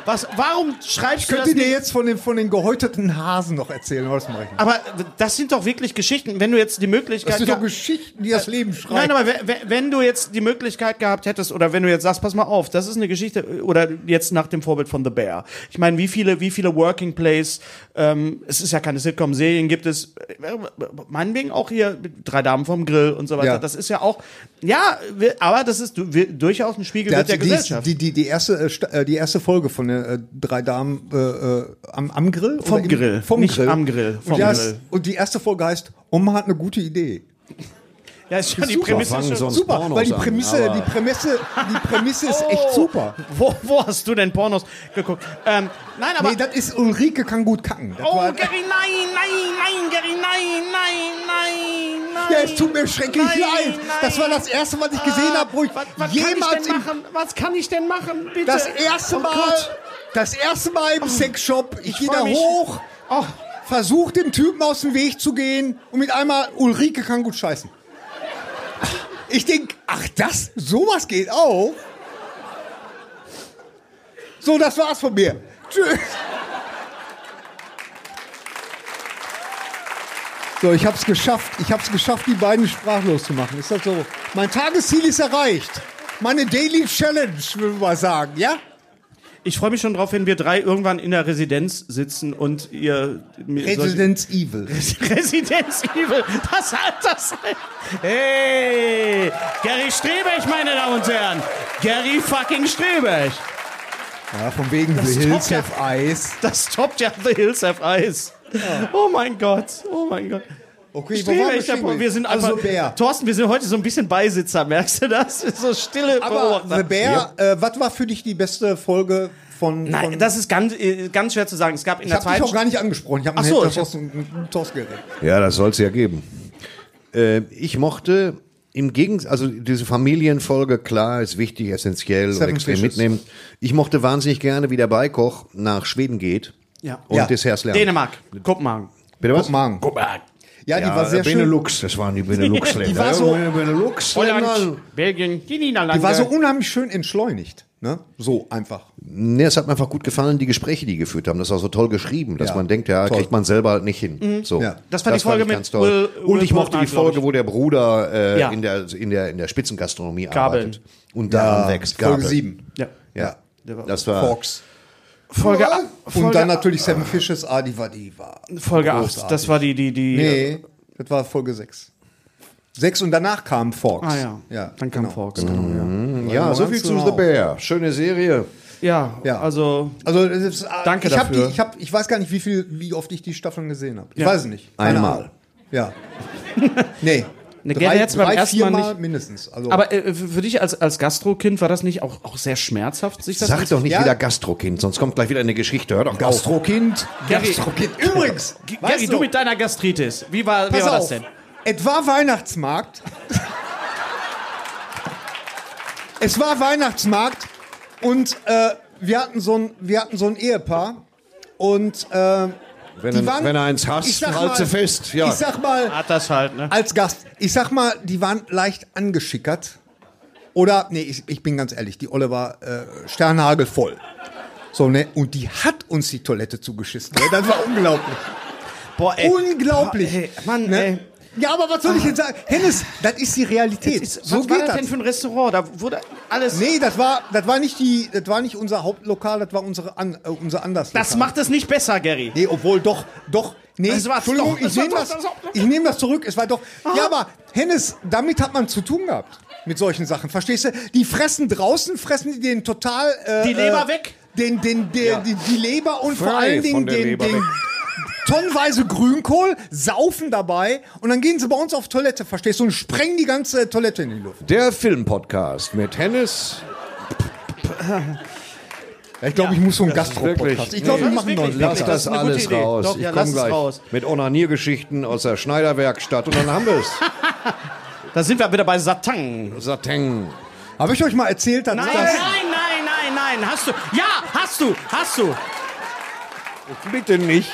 S1: Was, warum schreibst du das
S7: Könnte dir
S1: nicht?
S7: jetzt von den, von den gehäuteten Hasen noch erzählen, aber das mache ich nicht.
S1: Aber das sind doch wirklich Geschichten. Wenn du jetzt die Möglichkeit
S7: Das sind doch
S1: geha-
S7: Geschichten, die das Leben schreiben.
S1: Nein, aber we- we- wenn du jetzt die Möglichkeit gehabt hättest oder wenn du jetzt sagst, pass mal auf, das ist eine Geschichte oder jetzt nach dem Vorbild von The Bear. Ich meine, wie viele, wie viele Working Plays, ähm, es ist ja keine Sitcom-Serien, gibt es, äh, meinetwegen auch hier drei Damen vom Grill und so weiter.
S7: Ja.
S1: Das ist ja auch, ja, wir- aber das ist du- wir- durchaus ein Spiegel
S7: Der
S1: der,
S7: hat
S1: der
S7: die,
S1: Gesellschaft.
S7: die, die, die, erste, äh, Sta- äh, die erste Folge von den äh, drei Damen äh, äh, am, am Grill?
S1: Vom
S7: im-
S1: Grill,
S7: Vom
S1: nicht
S7: Grill.
S1: am Grill, vom
S7: und, die
S1: Grill.
S7: erst, und die erste Folge heißt, Oma hat eine gute Idee.
S1: ja, ist schon die
S7: super.
S1: Prämisse.
S5: Fangen
S1: Ist schon,
S5: sonst
S7: Super,
S5: Pornos
S7: weil die
S5: an,
S7: Prämisse,
S5: aber-
S7: die Prämisse, die Prämisse ist echt
S1: Oh!
S7: super.
S1: wo, wo hast du denn Pornos geguckt? Ähm, nein, aber
S7: nee, das ist Ulrike kann gut kacken. Das
S1: Oh,
S7: war,
S1: Gary, nein, nein, nein, Gary, nein, nein, nein, nein.
S7: ja, es tut mir schrecklich
S1: Nein,
S7: leid. Das war
S1: nein.
S7: das erste, was ich gesehen habe, wo ich
S1: was, was kann ich
S7: jemals
S1: denn
S7: im
S1: machen? Was kann ich denn machen, bitte?
S7: Das erste
S1: Oh
S7: Mal,
S1: Gott. Oh.
S7: das erste Mal im Sexshop, ich, gehe
S1: freu
S7: da
S1: mich.
S7: hoch,
S1: Oh.
S7: versuch dem Typen aus dem Weg zu gehen und mit einmal Ulrike kann gut scheißen. Ich denk, ach das, sowas geht auch. So, das war's von mir. Tschüss. So, ich hab's geschafft. Ich hab's geschafft, die beiden sprachlos zu machen. Ist das so? Mein Tagesziel ist erreicht. Meine Daily Challenge, würde man sagen, ja?
S1: Ich freue mich schon drauf, wenn wir drei irgendwann in der Residenz sitzen und ihr. mir solche-
S7: Resident Evil.
S1: Residenz Evil. Das hat das. Hey! Gary Strebech, meine Damen und Herren. Gary fucking Strebech.
S7: Ja, von wegen
S1: Das
S7: The
S1: ist
S7: Hills
S1: doch-
S7: Have Eyes.
S1: Das toppt ja The Hills Have Eyes. Oh mein Gott, oh mein Gott.
S7: Okay,
S1: Stehen
S7: waren
S1: wir, echt davor. wir sind
S7: also
S1: einfach,
S7: The Bear.
S1: Thorsten, wir sind heute so ein bisschen Beisitzer, merkst du das? So stille
S7: Aber
S1: Beobachter.
S7: The Bear, äh, was war für dich die beste Folge von...
S1: Nein,
S7: von
S1: das ist ganz, äh, ganz schwer zu sagen. Es gab in
S7: ich
S1: der
S7: habe dich
S1: zweiten
S7: auch gar nicht angesprochen. Ich habe
S1: Ach so, ich hab-
S7: einen Toss geredet.
S5: Ja, das soll's ja geben. Äh, ich mochte im Gegensatz, also diese Familienfolge, klar, ist wichtig, essentiell
S7: Seven
S5: und extrem
S7: Fishes.
S5: mitnehmen. Ich mochte wahnsinnig gerne, wie der Beikoch nach Schweden geht
S1: Ja.
S5: und
S7: Ja.
S5: Desserts lernt.
S1: Dänemark, Kopenhagen.
S5: Bitte was?
S7: Magen. Ja, die war sehr schön.
S5: Benelux, das waren die Benelux-Länder.
S7: Die war so-
S5: Ja, Benelux-Länder.
S1: Holland, Belgien, die Niederlande.
S7: Die war so unheimlich schön entschleunigt. Ne? So einfach.
S5: Nee, es hat mir einfach gut gefallen, die Gespräche, die die geführt haben. Das war so toll geschrieben, dass
S7: Ja,
S5: man denkt, ja,
S7: toll.
S5: kriegt man selber halt nicht hin. So.
S7: Ja.
S1: Das war die Folge
S5: ich
S1: mit
S5: ganz toll.
S1: Will-
S5: Und
S1: Will
S5: ich mochte die
S1: Fortnite, glaub
S5: Folge, wo der Bruder äh,
S1: Ja.
S5: in, der, in, der, in der Spitzengastronomie
S1: Gabeln.
S5: arbeitet. Und daran wächst Gabel.
S7: Ähm, Folge 7.
S1: ja.
S5: Ja. Das war
S7: Fox.
S1: Folge, a- Folge,
S7: Und dann natürlich Seven Fishes. Ah, die war, die war
S1: Folge 8.
S7: großartig.
S1: Das war die, die, die.
S7: Nee, das war Folge 6. 6 und danach kam Fox.
S1: Ah ja.
S7: ja
S1: Dann kam
S7: genau.
S1: Fox. Genau,
S5: Ja, Ah, so viel zu
S7: Genau.
S5: The Bear. Schöne Serie.
S1: ja. ja,
S7: Ja.
S1: also
S7: Also das ist, äh,
S1: Danke
S7: ich hab
S1: dafür.
S7: Die, ich, hab, ich weiß gar nicht, wie viel, wie oft ich die Staffeln gesehen habe. Ich
S1: Ja.
S7: weiß es nicht. Keine
S5: Einmal.
S7: Ahnung. Ja. nee.
S1: Ne, gerne hätt's beim ersten Mal
S7: viermal
S1: nicht-
S7: mindestens. Also,
S1: Aber äh, f- für dich als, als Gastrokind war das nicht auch, auch sehr schmerzhaft, sich das
S5: Sag doch nicht
S7: Ja.
S5: wieder Gastrokind, sonst kommt gleich wieder eine Geschichte. Hör doch auf.
S7: Gastrokind.
S1: Gary-
S7: Gastrokind. Übrigens.
S1: G-
S7: weißt
S1: Gary, du mit deiner Gastritis. Wie war, wie
S7: pass
S1: war das
S7: auf,
S1: denn?
S7: Etwa Weihnachtsmarkt. es war Weihnachtsmarkt und äh, wir hatten so ein, wir hatten so ein Ehepaar und äh,
S5: Wenn,
S7: die
S5: ein-
S7: waren-
S5: wenn er eins
S7: ich
S5: hasst,
S7: sag
S5: halt sie
S7: mal-
S5: fest. Ja.
S7: Ich sag mal,
S1: Hat das halt, ne?
S7: als Gast. Ich sag mal, die waren leicht angeschickert. Oder, nee, ich, ich bin ganz ehrlich, die Olle war äh, sternhagelvoll. So, ne? Und die hat uns die Toilette zugeschissen. Ne? Das war unglaublich.
S1: Boah, ey.
S7: unglaublich.
S1: Boah, ey, Mann,
S7: ne?
S1: ey.
S7: Ja, aber was soll ich jetzt sagen? Hennes, das ist die Realität.
S1: Ist, was
S7: so
S1: war
S7: geht
S1: das
S7: das.
S1: denn für ein Restaurant? Da wurde alles.
S7: Nee, das war, das war nicht die, das war nicht unser Hauptlokal, das war unsere, an, äh, unser Anderslokal.
S1: das macht es nicht besser, Gary.
S7: Nee, obwohl doch, doch. Nee,
S1: Es war's
S7: Entschuldigung,
S1: doch, es
S7: ich nehme
S1: war
S7: das,
S1: doch, es war doch. Ah.
S7: ich nehm das zurück. Es war doch. Ja, aber Hennes, damit hat man zu tun gehabt. Mit solchen Sachen. Verstehst du? Die fressen draußen, fressen die den total. Äh,
S1: Die Leber
S7: äh,
S1: weg.
S7: Den, den, der, die, die Leber und vor
S5: Frei
S7: allen Dingen
S5: von der
S7: den,
S5: Leber
S7: den
S5: weg.
S7: tonnenweise Grünkohl, saufen dabei und dann gehen sie bei uns auf Toilette, verstehst du? Und sprengen die ganze Toilette in die Luft.
S5: Der Filmpodcast mit Hennes.
S7: Ja, ich glaube, ich muss so einen
S5: wirklich-
S7: Gastro-Podcast. Ich glaube,
S1: Nee,
S7: wir
S1: das ist
S7: machen noch einen
S1: wirklich-
S5: Lass
S1: das
S5: das
S1: ist eine gute
S5: alles
S1: Idee.
S5: raus.
S1: Doch, ja,
S5: ich
S1: lass
S5: komme
S1: es
S5: gleich
S1: raus.
S5: mit Onaniergeschichten aus der Schneiderwerkstatt und dann haben wir es.
S1: Da sind wir wieder bei Satang.
S5: Sateng.
S7: Habe ich euch mal erzählt, dass
S1: Nein, nein,
S7: das.
S1: nein, nein, nein. Hast du. Ja, hast du, hast du.
S5: Bitte nicht.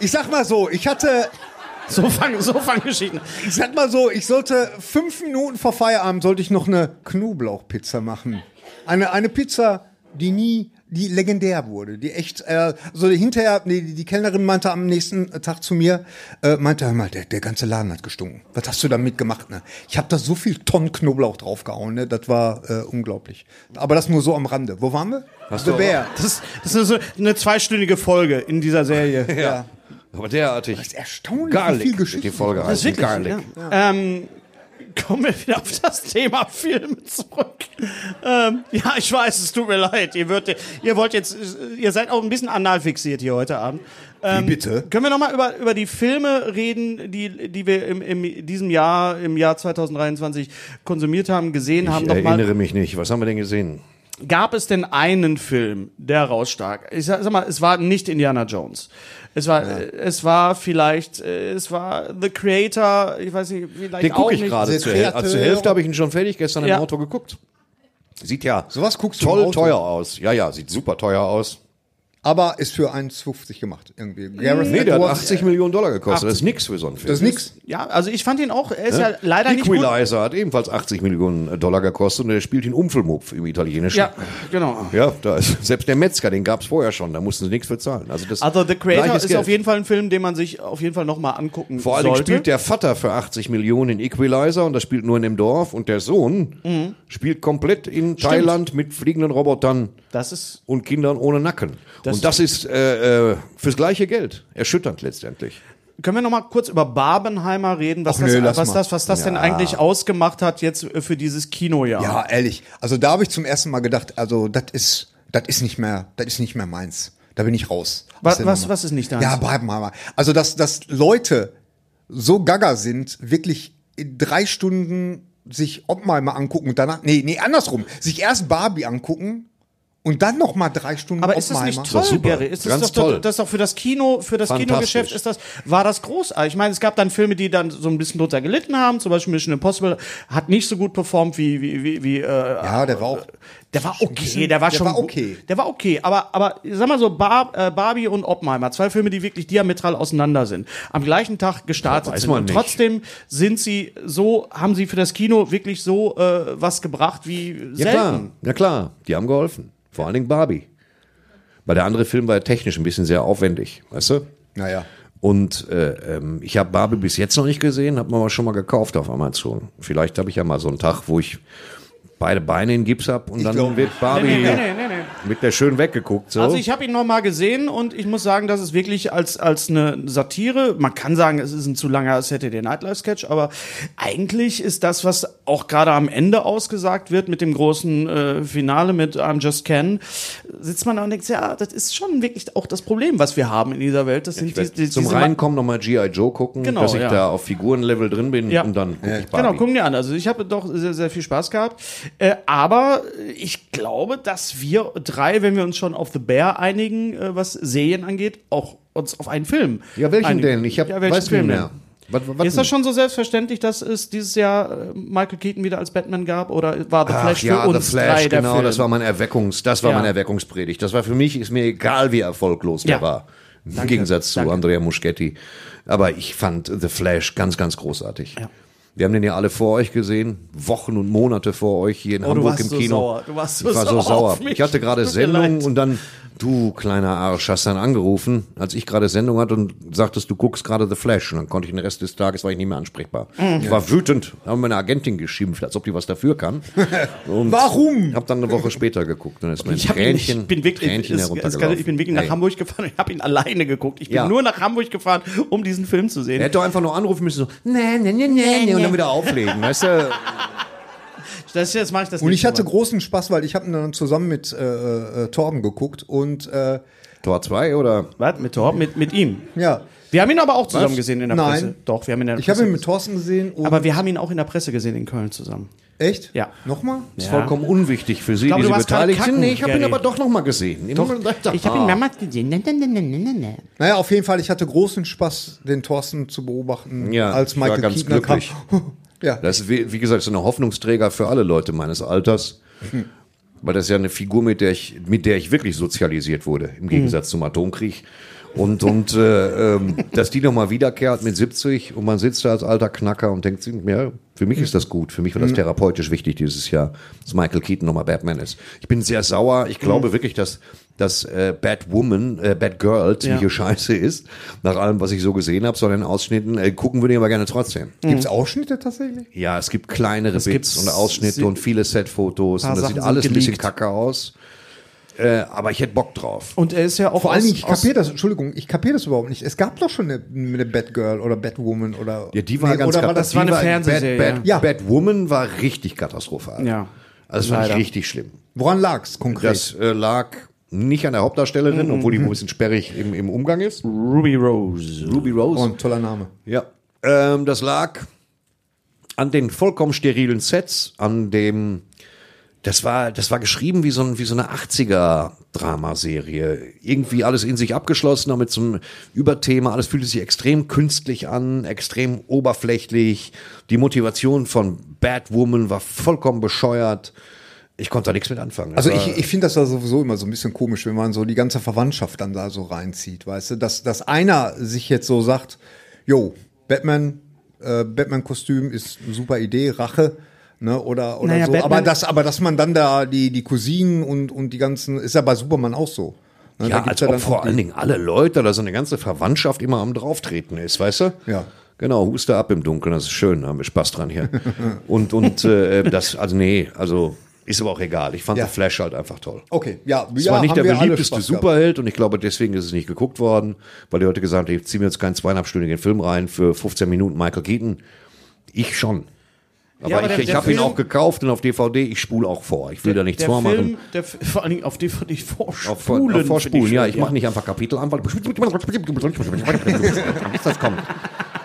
S7: Ich sag mal so, ich hatte
S1: So fangen so fang Geschichten.
S7: Ich sag mal so, ich sollte fünf Minuten vor Feierabend sollte ich noch eine Knoblauchpizza machen. Eine, eine Pizza, die nie, die legendär wurde, die echt, äh, so hinterher, nee, die, die Kellnerin meinte am nächsten Tag zu mir, äh, meinte, hör mal, der, der ganze Laden hat gestunken. Was hast du damit gemacht, ne? Ich habe da so viel Tonnen Knoblauch draufgehauen, ne? Das war äh, unglaublich. Aber das nur so am Rande. Wo waren wir? Hast The
S5: du-
S7: Bear.
S1: Das, das ist so eine zweistündige Folge in dieser Serie.
S7: Ja.
S5: Aber derartig.
S7: Das ist erstaunlich, wie viel
S5: Garlic wird
S7: Geschichte.
S5: die Folge
S1: Das ist
S5: heißen.
S1: wirklich.
S5: Garlic.
S1: Ja. Ähm, kommen wir wieder auf das Thema Film zurück. Ähm, ja, ich weiß, es tut mir leid. Ihr, würdet, ihr wollt jetzt, ihr seid auch ein bisschen anal fixiert hier heute Abend. Ähm,
S7: Wie bitte?
S1: Können wir nochmal über, über die Filme reden, die, die wir im, im, diesem Jahr, im Jahr 2023 konsumiert haben, gesehen haben?
S5: Ich
S1: noch mal?
S5: erinnere mich nicht. Was haben wir denn gesehen?
S1: Gab es denn einen Film, der rausstark? Ich sag, sag mal, es war nicht Indiana Jones. Es war, äh, es war vielleicht, äh, es war The Creator, ich weiß nicht, vielleicht
S5: Den
S1: auch
S5: gucke ich
S1: nicht.
S5: gerade.
S7: sehr
S5: Zur, Häl
S7: kreativ.
S5: zur Hälfte habe ich ihn schon fertig gestern
S1: Ja.
S5: im Auto geguckt. Sieht ja
S7: Sowas guckst du im
S5: toll
S7: Auto?
S5: teuer aus. Ja, ja, sieht super teuer aus.
S7: Aber ist für 1,50 gemacht, irgendwie. Gareth
S5: Nee, der hat
S7: Edwards,
S5: 80 Millionen Dollar gekostet. Das ist nix für so einen Film.
S7: Das ist nix.
S1: Ja, also ich fand ihn auch, er ist ja, leider nicht gut.
S5: Equalizer hat ebenfalls 80 Millionen Dollar gekostet und er spielt den Umfelmupf im Italienischen.
S1: Ja, genau.
S5: Ja, da ist selbst der Metzger, den gab's vorher schon, da mussten sie nichts für zahlen. Also, das
S1: Also The Creator
S5: gleiches
S1: ist
S5: Geld.
S1: auf jeden Fall ein Film, den man sich auf jeden Fall nochmal angucken
S5: Vor allen Dingen
S1: sollte.
S5: spielt der Vater für 80 Millionen in Equalizer und das spielt nur in dem Dorf und der Sohn
S1: Mhm.
S5: spielt komplett in Thailand mit fliegenden Robotern
S1: das ist,
S5: und Kindern ohne Nacken. und das ist äh, äh, fürs gleiche Geld erschütternd letztendlich.
S1: können wir nochmal kurz über Barbenheimer reden, was
S7: Ach nö,
S1: das,
S7: lass
S1: was
S7: mal.
S1: das, was das denn eigentlich ausgemacht hat jetzt äh, für dieses Kinojahr?
S7: Ja, ehrlich. Also da habe ich zum ersten Mal gedacht, also das ist, das ist nicht mehr, das ist nicht mehr meins. Da bin ich raus.
S1: Wa-
S7: Aus der
S1: was-
S7: Nummer.
S1: was ist nicht deins?
S7: Ja, Barbenheimer. Also dass, dass Leute so gaga sind, wirklich in drei Stunden sich Oppenheimer angucken und danach, nee, nee, andersrum, sich erst Barbie angucken und dann noch mal drei Stunden
S1: Aber ist das
S7: Oppenheimer.
S1: nicht toll,
S5: doch super.
S1: Gary? Ist das,
S5: Ganz
S1: doch,
S5: toll.
S1: das ist doch für das Kino, für das
S5: Fantastisch.
S1: Kinogeschäft ist das, war das großartig. Ich meine, es gab dann Filme, die dann so ein bisschen drunter gelitten haben, zum Beispiel Mission Impossible hat nicht so gut performt wie, wie, wie, wie äh,
S7: ja, der war auch.
S1: der war okay, der war
S7: Der
S1: schon
S7: war
S1: gut.
S7: okay.
S1: Der war okay, aber aber sag mal so Bar, äh, Barbie und Oppenheimer, zwei Filme, die wirklich diametral auseinander sind. Am gleichen Tag gestartet
S5: Ja, weiß
S1: sind
S5: man
S1: und
S5: nicht.
S1: trotzdem sind sie so haben sie für das Kino wirklich so äh, was gebracht wie selten.
S5: Ja klar, ja klar, die haben geholfen. Vor allen Dingen Barbie. Weil der andere Film war ja technisch ein bisschen sehr aufwendig, weißt du?
S7: Naja.
S5: Und äh, ähm, ich habe Barbie bis jetzt noch nicht gesehen, habe mir aber schon mal gekauft auf Amazon. Vielleicht habe ich ja mal so einen Tag, wo ich beide Beine in Gips hab und dann
S7: glaub
S5: wird Barbie
S1: Nee, nee, nee, nee, nee.
S5: mit der schön weggeguckt. So.
S1: Also ich habe ihn noch mal gesehen und ich muss sagen, das ist wirklich als als eine Satire. Man kann sagen, es ist ein zu langer Saturday Night Live Sketch, aber eigentlich ist das, was auch gerade am Ende ausgesagt wird mit dem großen äh, Finale mit I'm Just Ken, sitzt man da und denkt, ja, das ist schon wirklich auch das Problem, was wir haben in dieser Welt. Das sind
S5: Ich werd
S1: die, die,
S5: zum
S1: diese
S5: Reinkommen nochmal G.I. Joe gucken,
S1: Genau,
S5: dass ich
S1: ja.
S5: da auf Figurenlevel drin bin
S1: Ja.
S5: und dann guck ich Barbie.
S1: Genau, gucken wir an. Also ich habe doch sehr, sehr viel Spaß gehabt. Äh, aber ich glaube, dass wir drei, wenn wir uns schon auf The Bear einigen, äh, was Serien angeht, auch uns auf einen Film.
S5: ja, welchen
S1: einigen.
S5: denn? Ich hab,
S1: ja, welchen
S5: weiß nicht
S1: Film
S5: mehr.
S1: denn?
S5: Was, was
S1: Ist das
S5: denn?
S1: schon so selbstverständlich, dass es dieses Jahr äh, Michael Keaton wieder als Batman gab? Oder war The
S5: Ach
S1: Flash
S5: ja,
S1: für uns
S5: The Flash,
S1: drei der
S5: genau,
S1: Film?
S5: das war mein Erweckungs, das war
S1: Ja.
S5: meine Erweckungspredigt. Das war für mich, ist mir egal, wie erfolglos
S1: Ja.
S5: der war. Im Gegensatz zu Andrea Muschetti. Aber ich fand The Flash ganz, ganz großartig. Wir haben den ja alle vor euch gesehen, Wochen und Monate vor euch hier in
S1: Oh, du
S5: Hamburg
S1: warst
S5: im
S1: so
S5: Kino.
S1: sauer. Du warst so
S5: ich war
S1: sauer
S5: so sauer.
S1: auf mich.
S5: Ich hatte gerade
S1: Tut mir
S5: Sendung
S1: leid.
S5: und dann, du kleiner Arsch, hast dann angerufen, als ich gerade Sendung hatte und sagtest, du guckst gerade The Flash. Und dann konnte ich den Rest des Tages, war ich nicht mehr ansprechbar.
S1: Mhm.
S5: Ich war wütend, habe meine Agentin geschimpft, als ob die was dafür kann. Und
S7: Warum?
S5: Hab dann eine Woche später geguckt und dann ist mein
S1: Ich, hab, ihn-
S5: Tränchen,
S1: ich bin wirklich,
S5: Tränchen
S1: es, es,
S5: heruntergelaufen.
S1: ich bin wirklich nach
S5: Ey.
S1: Hamburg gefahren. Ich habe ihn alleine geguckt. Ich bin
S5: Ja.
S1: nur nach Hamburg gefahren, um diesen Film zu sehen.
S5: Er hätte doch einfach nur anrufen müssen, so, ne,
S1: Ne,
S5: nee, nee, nee, nee, nee, und dann wieder auflegen, weißt du?
S1: Das, jetzt mache ich das
S7: Und
S1: nicht
S7: ich hatte
S1: nochmal.
S7: großen Spaß, weil ich habe ihn dann zusammen mit äh, äh, Torben geguckt und äh,
S5: Tor 2 oder?
S1: Was? Mit Torben? Mit, mit ihm?
S7: ja,
S1: Wir haben ihn aber auch zusammen gesehen in der
S7: Nein.
S1: Presse. Doch, wir haben ihn in der
S7: ich
S1: Presse
S7: habe ihn mit
S1: gesehen.
S7: Thorsten gesehen und
S1: Aber wir haben ihn auch in der Presse gesehen in Köln zusammen.
S7: echt?
S1: Ja.
S7: Nochmal?
S5: Ist vollkommen unwichtig für Sie,
S1: glaube,
S5: die
S1: du
S5: Sie
S1: warst gerade
S5: beteiligt sind.
S1: kacken,
S5: Nee, ich habe ihn
S1: Gary.
S5: aber doch nochmal gesehen. Ich
S9: Ich
S5: Ah.
S9: habe ihn mehrmals gesehen. Na, na, na, na, na, na.
S7: Naja, auf jeden Fall, ich hatte großen Spaß, den Thorsten zu beobachten,
S5: Ja,
S7: als
S5: ich war
S7: Michael
S5: ganz
S7: Keaton
S5: glücklich.
S7: kam. ja.
S5: Das ist, wie, wie gesagt, so ein Hoffnungsträger für alle Leute meines Alters. Weil das ist ja eine Figur, mit der ich, mit der ich wirklich sozialisiert wurde, im Gegensatz zum Atomkrieg. Und, und äh, ähm, dass die nochmal wiederkehrt mit 70 und man sitzt da als alter Knacker und denkt sich, ja, für mich ist das gut, für mich war das therapeutisch wichtig dieses Jahr, dass Michael Keaton nochmal Batman ist. Ich bin sehr sauer, ich glaube wirklich, dass, dass äh, Batwoman, äh, Batgirl ziemliche
S1: Ja.
S5: Scheiße ist, nach allem, was ich so gesehen habe, sondern Ausschnitten, äh, gucken würde ich aber gerne trotzdem.
S7: Gibt es Ausschnitte tatsächlich?
S5: Ja, es gibt kleinere
S1: gibt's-
S5: Bits und Ausschnitte
S1: sie-
S5: und viele Setfotos
S1: Paar
S5: und das
S1: Sachen sind
S5: sieht alles ein bisschen
S1: geleakt.
S5: kacke aus. Äh, aber ich hätte Bock drauf.
S1: Und er ist ja auch
S7: Vor allen
S1: aus-
S7: Dingen, ich
S1: aus-
S7: kapier das, Entschuldigung, ich kapier das überhaupt nicht. Es gab doch schon eine, eine Batgirl oder Batwoman oder.
S5: Ja, die war ganz
S7: oder war
S5: kaputt.
S7: das,
S1: war eine
S5: Die
S1: Fernsehserie,
S5: Bad, Bad,
S7: ja. Ja.
S5: Batwoman war richtig katastrophal.
S1: Ja.
S5: Also das fand
S1: Leider.
S5: ich richtig schlimm.
S7: Woran lag's konkret?
S5: Das äh, lag nicht an der Hauptdarstellerin,
S1: Mhm.
S5: obwohl die ein bisschen sperrig im, im Umgang ist.
S1: Ruby Rose.
S5: Ruby Rose.
S7: oh, ein toller Name.
S5: Ja. Ähm, das lag an den vollkommen sterilen Sets, an dem. Das war, das war geschrieben wie so, ein, wie so eine 80er-Dramaserie. Irgendwie alles in sich abgeschlossen, aber mit so einem Überthema. Alles fühlte sich extrem künstlich an, extrem oberflächlich. Die Motivation von Batwoman war vollkommen bescheuert. Ich konnte da nichts mit anfangen.
S7: Also
S5: Das war-
S7: ich, ich finde das ja sowieso immer so ein bisschen komisch, wenn man so die ganze Verwandtschaft dann da so reinzieht, weißt du, dass, dass einer sich jetzt so sagt, yo, Batman, äh, Batman-Kostüm ist eine super Idee, Rache, ne, oder, oder
S1: Naja,
S7: so.
S1: Batman-
S7: aber das, aber dass man dann da die, die Cousinen und, und die ganzen, ist ja bei Superman auch so. Ne, da
S5: Ja,
S7: gibt's
S5: als
S7: ja
S5: ob
S7: dann auch
S5: vor
S7: die-
S5: allen Dingen alle Leute, da so eine ganze Verwandtschaft immer am Drauftreten ist, weißt du?
S7: Ja.
S5: Genau, huste ab im Dunkeln, das ist schön, da haben wir Spaß dran hier. und und äh, das, also nee, also ist aber auch egal. Ich fand
S7: Ja.
S5: The Flash halt einfach toll.
S7: Okay, ja,
S5: Es
S7: ja,
S5: war nicht
S7: haben
S5: der
S7: wir alle
S5: beliebteste
S7: Spaß gehabt.
S5: Superheld und ich glaube, deswegen ist es nicht geguckt worden, weil die Leute gesagt haben, ich ziehe mir jetzt keinen zweieinhalbstündigen Film rein für 15 Minuten Michael Keaton. Ich schon. Aber,
S1: aber
S5: ich,
S1: der-
S5: ich
S1: der
S5: habe ihn
S1: Film-
S5: auch gekauft und auf DVD, ich spule auch vor. Ich will da nichts
S1: der
S5: vormachen.
S1: Film, der, F- vor allen Dingen auf DVD vorspulen.
S5: Auf, Vor- auf Vorspulen,
S1: finde
S5: ja. Ich
S1: schön,
S5: mache nicht einfach Kapitel an, weil bis das kommt.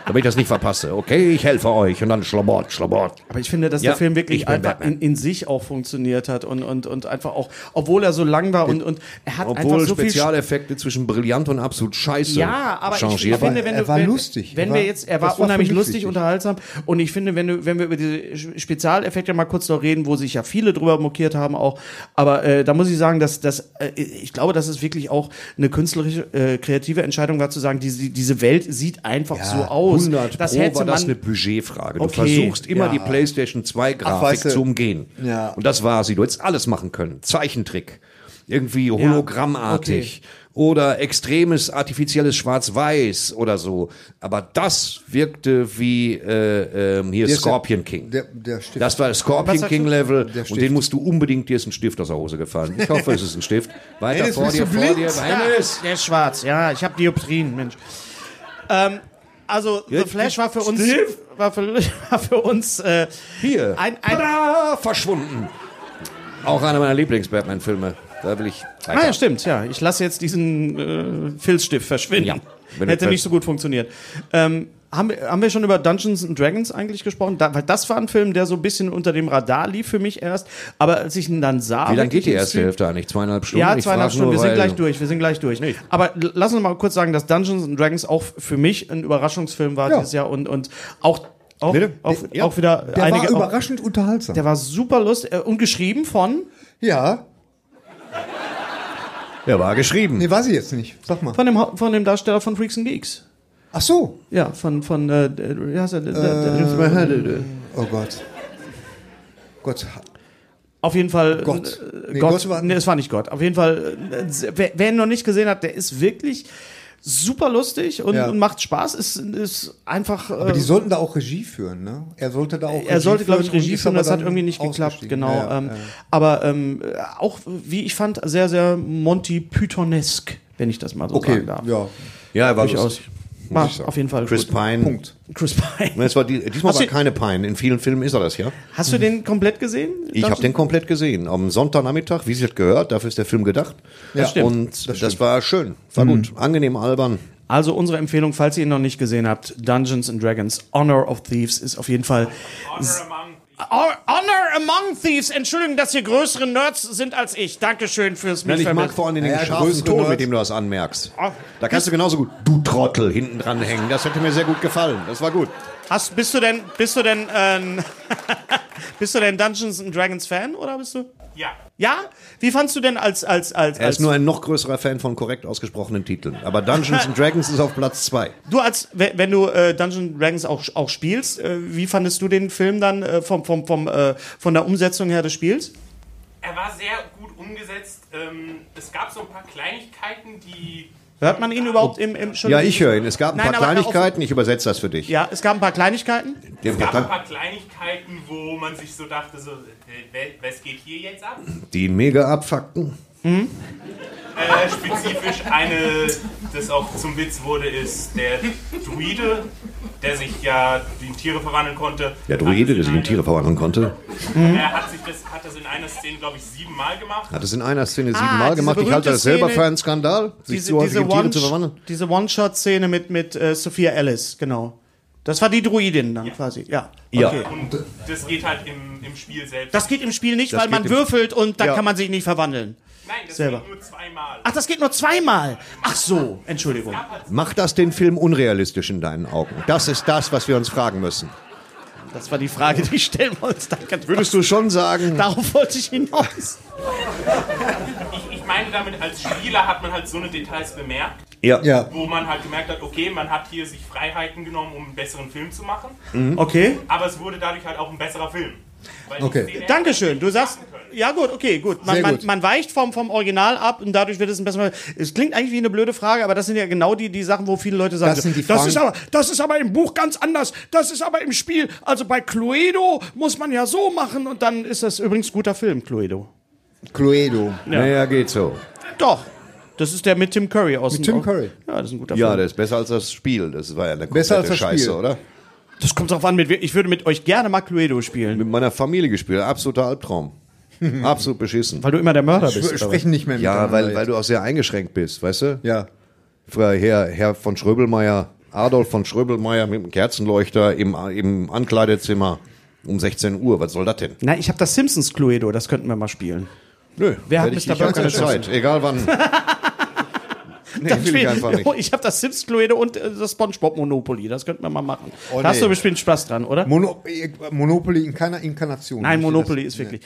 S5: Damit ich das nicht verpasse. Okay, ich helfe euch. Und dann schlabort, schlabort.
S1: Aber ich finde, dass
S5: Ja,
S1: der Film
S5: ich
S1: wirklich
S5: bin
S1: einfach
S5: Batman.
S1: in, in sich auch funktioniert hat und, und, und einfach auch, obwohl er so lang war und, und er hat einfach
S5: Obwohl
S1: so viel
S5: Spezialeffekte zwischen brillant und absolut scheiße
S1: Ja, aber ich, ich
S5: changiert
S1: finde,
S5: waren.
S1: wenn
S7: er
S1: du,
S7: war
S1: wenn,
S7: lustig.
S1: Wenn
S7: Er
S1: wir
S7: war-
S1: jetzt, er
S7: das
S1: war,
S7: war für
S1: unheimlich
S7: mich
S1: lustig,
S7: wichtig.
S1: unterhaltsam. Und ich finde, wenn, du, wenn wir über diese Spezialeffekte mal kurz noch reden, wo sich ja viele drüber mokiert haben auch, aber äh, da muss ich sagen, dass, dass äh, ich glaube, dass es wirklich auch eine künstlerische, äh, kreative Entscheidung war zu sagen, diese, diese Welt sieht einfach so aus.
S5: 100
S1: das
S5: Pro
S1: hätte
S5: Oh, war das
S1: man
S5: eine Budgetfrage. Du
S1: Okay,
S5: versuchst immer
S1: ja.
S5: die PlayStation 2 Grafik
S7: weißt du,
S5: zu umgehen.
S7: ja.
S5: Und das war sie. Du hättest alles machen können. Zeichentrick. Irgendwie hologrammartig. Oder extremes artifizielles Schwarz-Weiß oder so. Aber das wirkte wie äh, ähm, hier
S7: Der ist der-
S5: Scorpion King.
S7: Der, der steht.
S5: Das war das Scorpion King Level und
S7: Stift.
S5: den musst du unbedingt, dir ist ein Stift aus der Hose gefallen. Ich hoffe, es ist ein Stift. Weiter
S7: Hennes,
S5: vor
S7: bist
S5: dir,
S7: du
S5: vor
S7: blind?
S5: dir,
S1: Ja,
S5: Hennes.
S1: der ist schwarz, ja, ich habe Dioptrien, Mensch. Ähm, also, The Flash war für uns, war für, war für uns äh,
S5: Hier.
S1: ein, ein
S5: Tada, verschwunden. Auch einer meiner Lieblings-Batman-Filme. Da will ich.
S1: Ah ja, stimmt, ja. Ich lasse jetzt diesen äh, Filzstift verschwinden.
S5: Ja. Wenn
S1: Hätte
S5: du-
S1: nicht so gut funktioniert. Ähm, haben, wir- haben wir schon über Dungeons and Dragons eigentlich gesprochen? Da, weil das war ein Film, der so ein bisschen unter dem Radar lief für mich erst. Aber als ich ihn dann sah.
S5: Wie lange
S1: wirklich
S5: geht die
S1: im
S5: erste
S1: Stream-
S5: Hälfte eigentlich? Zweieinhalb Stunden?
S1: Ja,
S5: Ich
S1: zweieinhalb
S5: frag
S1: Stunden.
S5: nur,
S1: wir sind
S5: weil-
S1: gleich durch. Wir sind gleich durch. Aber l- lass uns mal kurz sagen, dass Dungeons and Dragons auch f- für mich ein Überraschungsfilm war
S7: Ja.
S1: dieses Jahr und und auch auch,
S5: Bitte?
S1: auch,
S5: Ja.
S1: auch wieder
S7: der
S1: einige.
S7: war
S1: auch,
S7: überraschend unterhaltsam.
S1: der war super lustig äh, und geschrieben von
S7: ja,
S5: Der war geschrieben.
S7: nee, weiß ich jetzt nicht. Sag mal.
S1: von dem Hau- von dem Darsteller von Freaks and Geeks.
S10: Ach so.
S1: Ja, von, von äh, wie heißt er? Der-
S10: Äh,
S1: der-
S10: Oh Gott. Gott.
S1: Auf jeden Fall.
S10: Gott.
S1: äh,
S10: Nee,
S1: Gott,
S10: Gott war-
S1: nee, es war nicht Gott. Auf jeden Fall, äh, se- wer, wer ihn noch nicht gesehen hat, der ist wirklich super lustig und,
S10: Ja.
S1: und macht Spaß. Ist, ist einfach.
S10: Aber die
S1: äh,
S10: sollten da auch Regie führen, ne? Er sollte da auch
S1: er sollte, glaube ich, Regie
S10: und ist
S1: führen,
S10: aber
S1: das hat
S10: dann
S1: irgendwie nicht geklappt,
S10: ausgestiegen.
S1: genau.
S10: Ja, ja,
S1: ähm,
S10: ja.
S1: Aber ähm, äh, auch, wie ich fand, sehr, sehr Monty Pythonesk, wenn ich das mal so
S10: Okay,
S1: sagen darf.
S10: ja.
S5: Ja, er war
S1: Durchaus.
S5: lustig.
S1: War
S5: ich sagen.
S1: auf jeden Fall
S5: Chris
S1: gut.
S5: Pine. Ne,
S10: Punkt.
S1: Chris Pine.
S5: Es war die, diesmal
S1: Hast
S5: war
S1: du-
S5: keine Pine. In vielen Filmen ist er das, ja?
S1: Hast du den komplett gesehen?
S5: Ich
S1: Darfst
S5: habe den komplett gesehen. Am Sonntagnachmittag, wie Sie es gehört, dafür ist der Film gedacht.
S10: Das stimmt.
S5: Und das, war schön. War gut. Angenehm albern.
S1: Also unsere Empfehlung, falls ihr ihn noch nicht gesehen habt, Dungeons and Dragons Honor of Thieves ist auf jeden Fall Honor Among Thieves. Entschuldigung, dass ihr größere Nerds sind als ich. Dankeschön fürs
S5: Nein, ich mag
S1: Mitvermitteln.
S5: vor allem den
S10: Ja, ja,
S5: scharfen
S10: größten
S5: Ton,
S10: Nerd.
S5: mit dem du das anmerkst.
S1: Ah.
S5: Da kannst du genauso gut, du Trottel, hinten dran hängen. Das hätte mir sehr gut gefallen. Das war gut.
S1: Hast, bist du denn, bist du denn, ähm, bist du denn Dungeons and Dragons Fan oder bist du? Ja. Ja? Wie fandst du denn als als als,
S5: Er
S1: als
S5: ist nur ein noch größerer Fan von korrekt ausgesprochenen Titeln. Aber Dungeons and Dragons ist auf Platz zwei.
S1: du als we- wenn du äh, Dungeons and Dragons auch auch spielst, äh, wie fandest du den Film dann äh, vom vom vom äh, von der Umsetzung her des Spiels?
S11: Er war sehr gut umgesetzt. Ähm, es gab so ein paar Kleinigkeiten, die.
S1: Hört man ihn überhaupt im im schon?
S5: Ja, ich höre ihn. Es gab ein
S1: Nein,
S5: paar
S1: aber
S5: Kleinigkeiten. Ich übersetze das für dich.
S1: Ja, es gab ein paar Kleinigkeiten.
S5: Den
S11: Es gab ein
S5: Vertrag-
S11: paar Kleinigkeiten, wo man sich so dachte, so, äh, wel- was geht hier jetzt ab?
S5: Die Mega-Abfakten.
S11: Äh, spezifisch eine, das auch zum Witz wurde, ist der Druide, der sich ja in Tiere verwandeln konnte.
S5: Der Druide, der sich in Tiere verwandeln konnte,
S11: Er hat, sich das, hat das in einer Szene, glaube ich, siebenmal gemacht.
S5: hat es in einer Szene siebenmal
S1: Ah, diese
S5: gemacht. Ich halte
S1: berühmte
S5: das selber
S1: Szene-
S5: für einen Skandal, sich
S1: Diese,
S5: zu häufig
S1: diese
S5: in Tiere
S1: One-
S5: zu verwandeln.
S1: diese One-Shot-Szene mit, mit äh, Sophia Ellis, genau. Das war die Druidin dann quasi, ja.
S5: Ja.
S11: Und das geht halt im, im Spiel selbst.
S1: Das geht im Spiel nicht,
S5: Das
S1: weil man
S5: geht im-
S1: würfelt und dann
S5: Ja.
S1: kann man sich nicht verwandeln.
S11: Nein, das
S1: selber.
S11: geht nur zweimal.
S1: Ach, das geht nur zweimal. Ach so, Entschuldigung.
S5: Macht das den Film unrealistisch in deinen Augen? Das ist das, was wir uns fragen müssen.
S1: Das war die Frage, die ich stellen wollte. Danke.
S5: Würdest du schon sagen,
S1: Darauf wollte ich hinaus.
S11: Ich, ich meine damit, als Spieler hat man halt so eine Details bemerkt.
S5: ja,
S10: Ja.
S11: wo man halt gemerkt hat, okay, man hat hier sich Freiheiten genommen, um einen besseren Film zu machen,
S1: Okay.
S11: aber es wurde dadurch halt auch ein besserer Film. Weil die
S10: Okay.
S11: Szene-
S1: Dankeschön. Du sagst. Ja gut, okay, gut. Man,
S10: Sehr
S1: man,
S10: gut.
S1: man weicht vom, vom Original ab und dadurch wird es ein besserer. Es klingt eigentlich wie eine blöde Frage, aber das sind ja genau die, die Sachen, wo viele Leute sagen,
S10: Das sind die
S1: das,
S10: Fragen-
S1: ist aber, das ist aber im Buch ganz anders, das ist aber im Spiel. Also bei Cluedo muss man ja so machen und dann ist das übrigens guter Film, Cluedo.
S10: Cluedo.
S5: naja, geht so.
S1: Doch. Das ist der mit Tim Curry aus
S10: Mit
S1: dem-
S10: Tim Curry.
S1: Ja, das ist ein guter
S5: Ja,
S1: Film.
S5: der ist besser als das Spiel. Das war ja eine komplette
S10: Besser als das
S5: Scheiße,
S10: Spiel.
S5: oder?
S1: Das kommt drauf an, mit wem- ich würde mit euch gerne mal Cluedo spielen,
S5: Mit meiner Familie gespielt, absoluter Albtraum. Absolut beschissen.
S1: weil du immer der Mörder bist.
S10: Sp sprechen nicht mehr
S5: Ja,
S10: miteinander
S5: weil, weil
S10: jetzt.
S5: du auch sehr eingeschränkt bist, weißt du?
S10: Ja.
S5: Früher Herr, Herr von Schröbelmeier, Adolf von Schröbelmeier mit dem Kerzenleuchter im, im Ankleidezimmer um 16 Uhr. Was soll das denn?
S1: Na, ich habe das Simpsons Cluedo, das könnten wir mal spielen.
S5: Nö,
S1: Wer hat
S5: werd ich,
S1: Mr.
S5: ich hab
S1: Burns
S5: keine
S1: erschossen?
S5: Zeit. Egal wann. nee, will ich einfach nicht.
S1: Oh, ich habe das Simpsons Cluedo und äh, das SpongeBob Monopoly, das könnten wir mal machen.
S10: Oh,
S1: da hast du
S10: nee.
S1: bestimmt Spaß dran, oder?
S10: Mono äh, Monopoly in keiner Inkarnation.
S1: Nein,
S10: Ich
S1: Monopoly ist wirklich.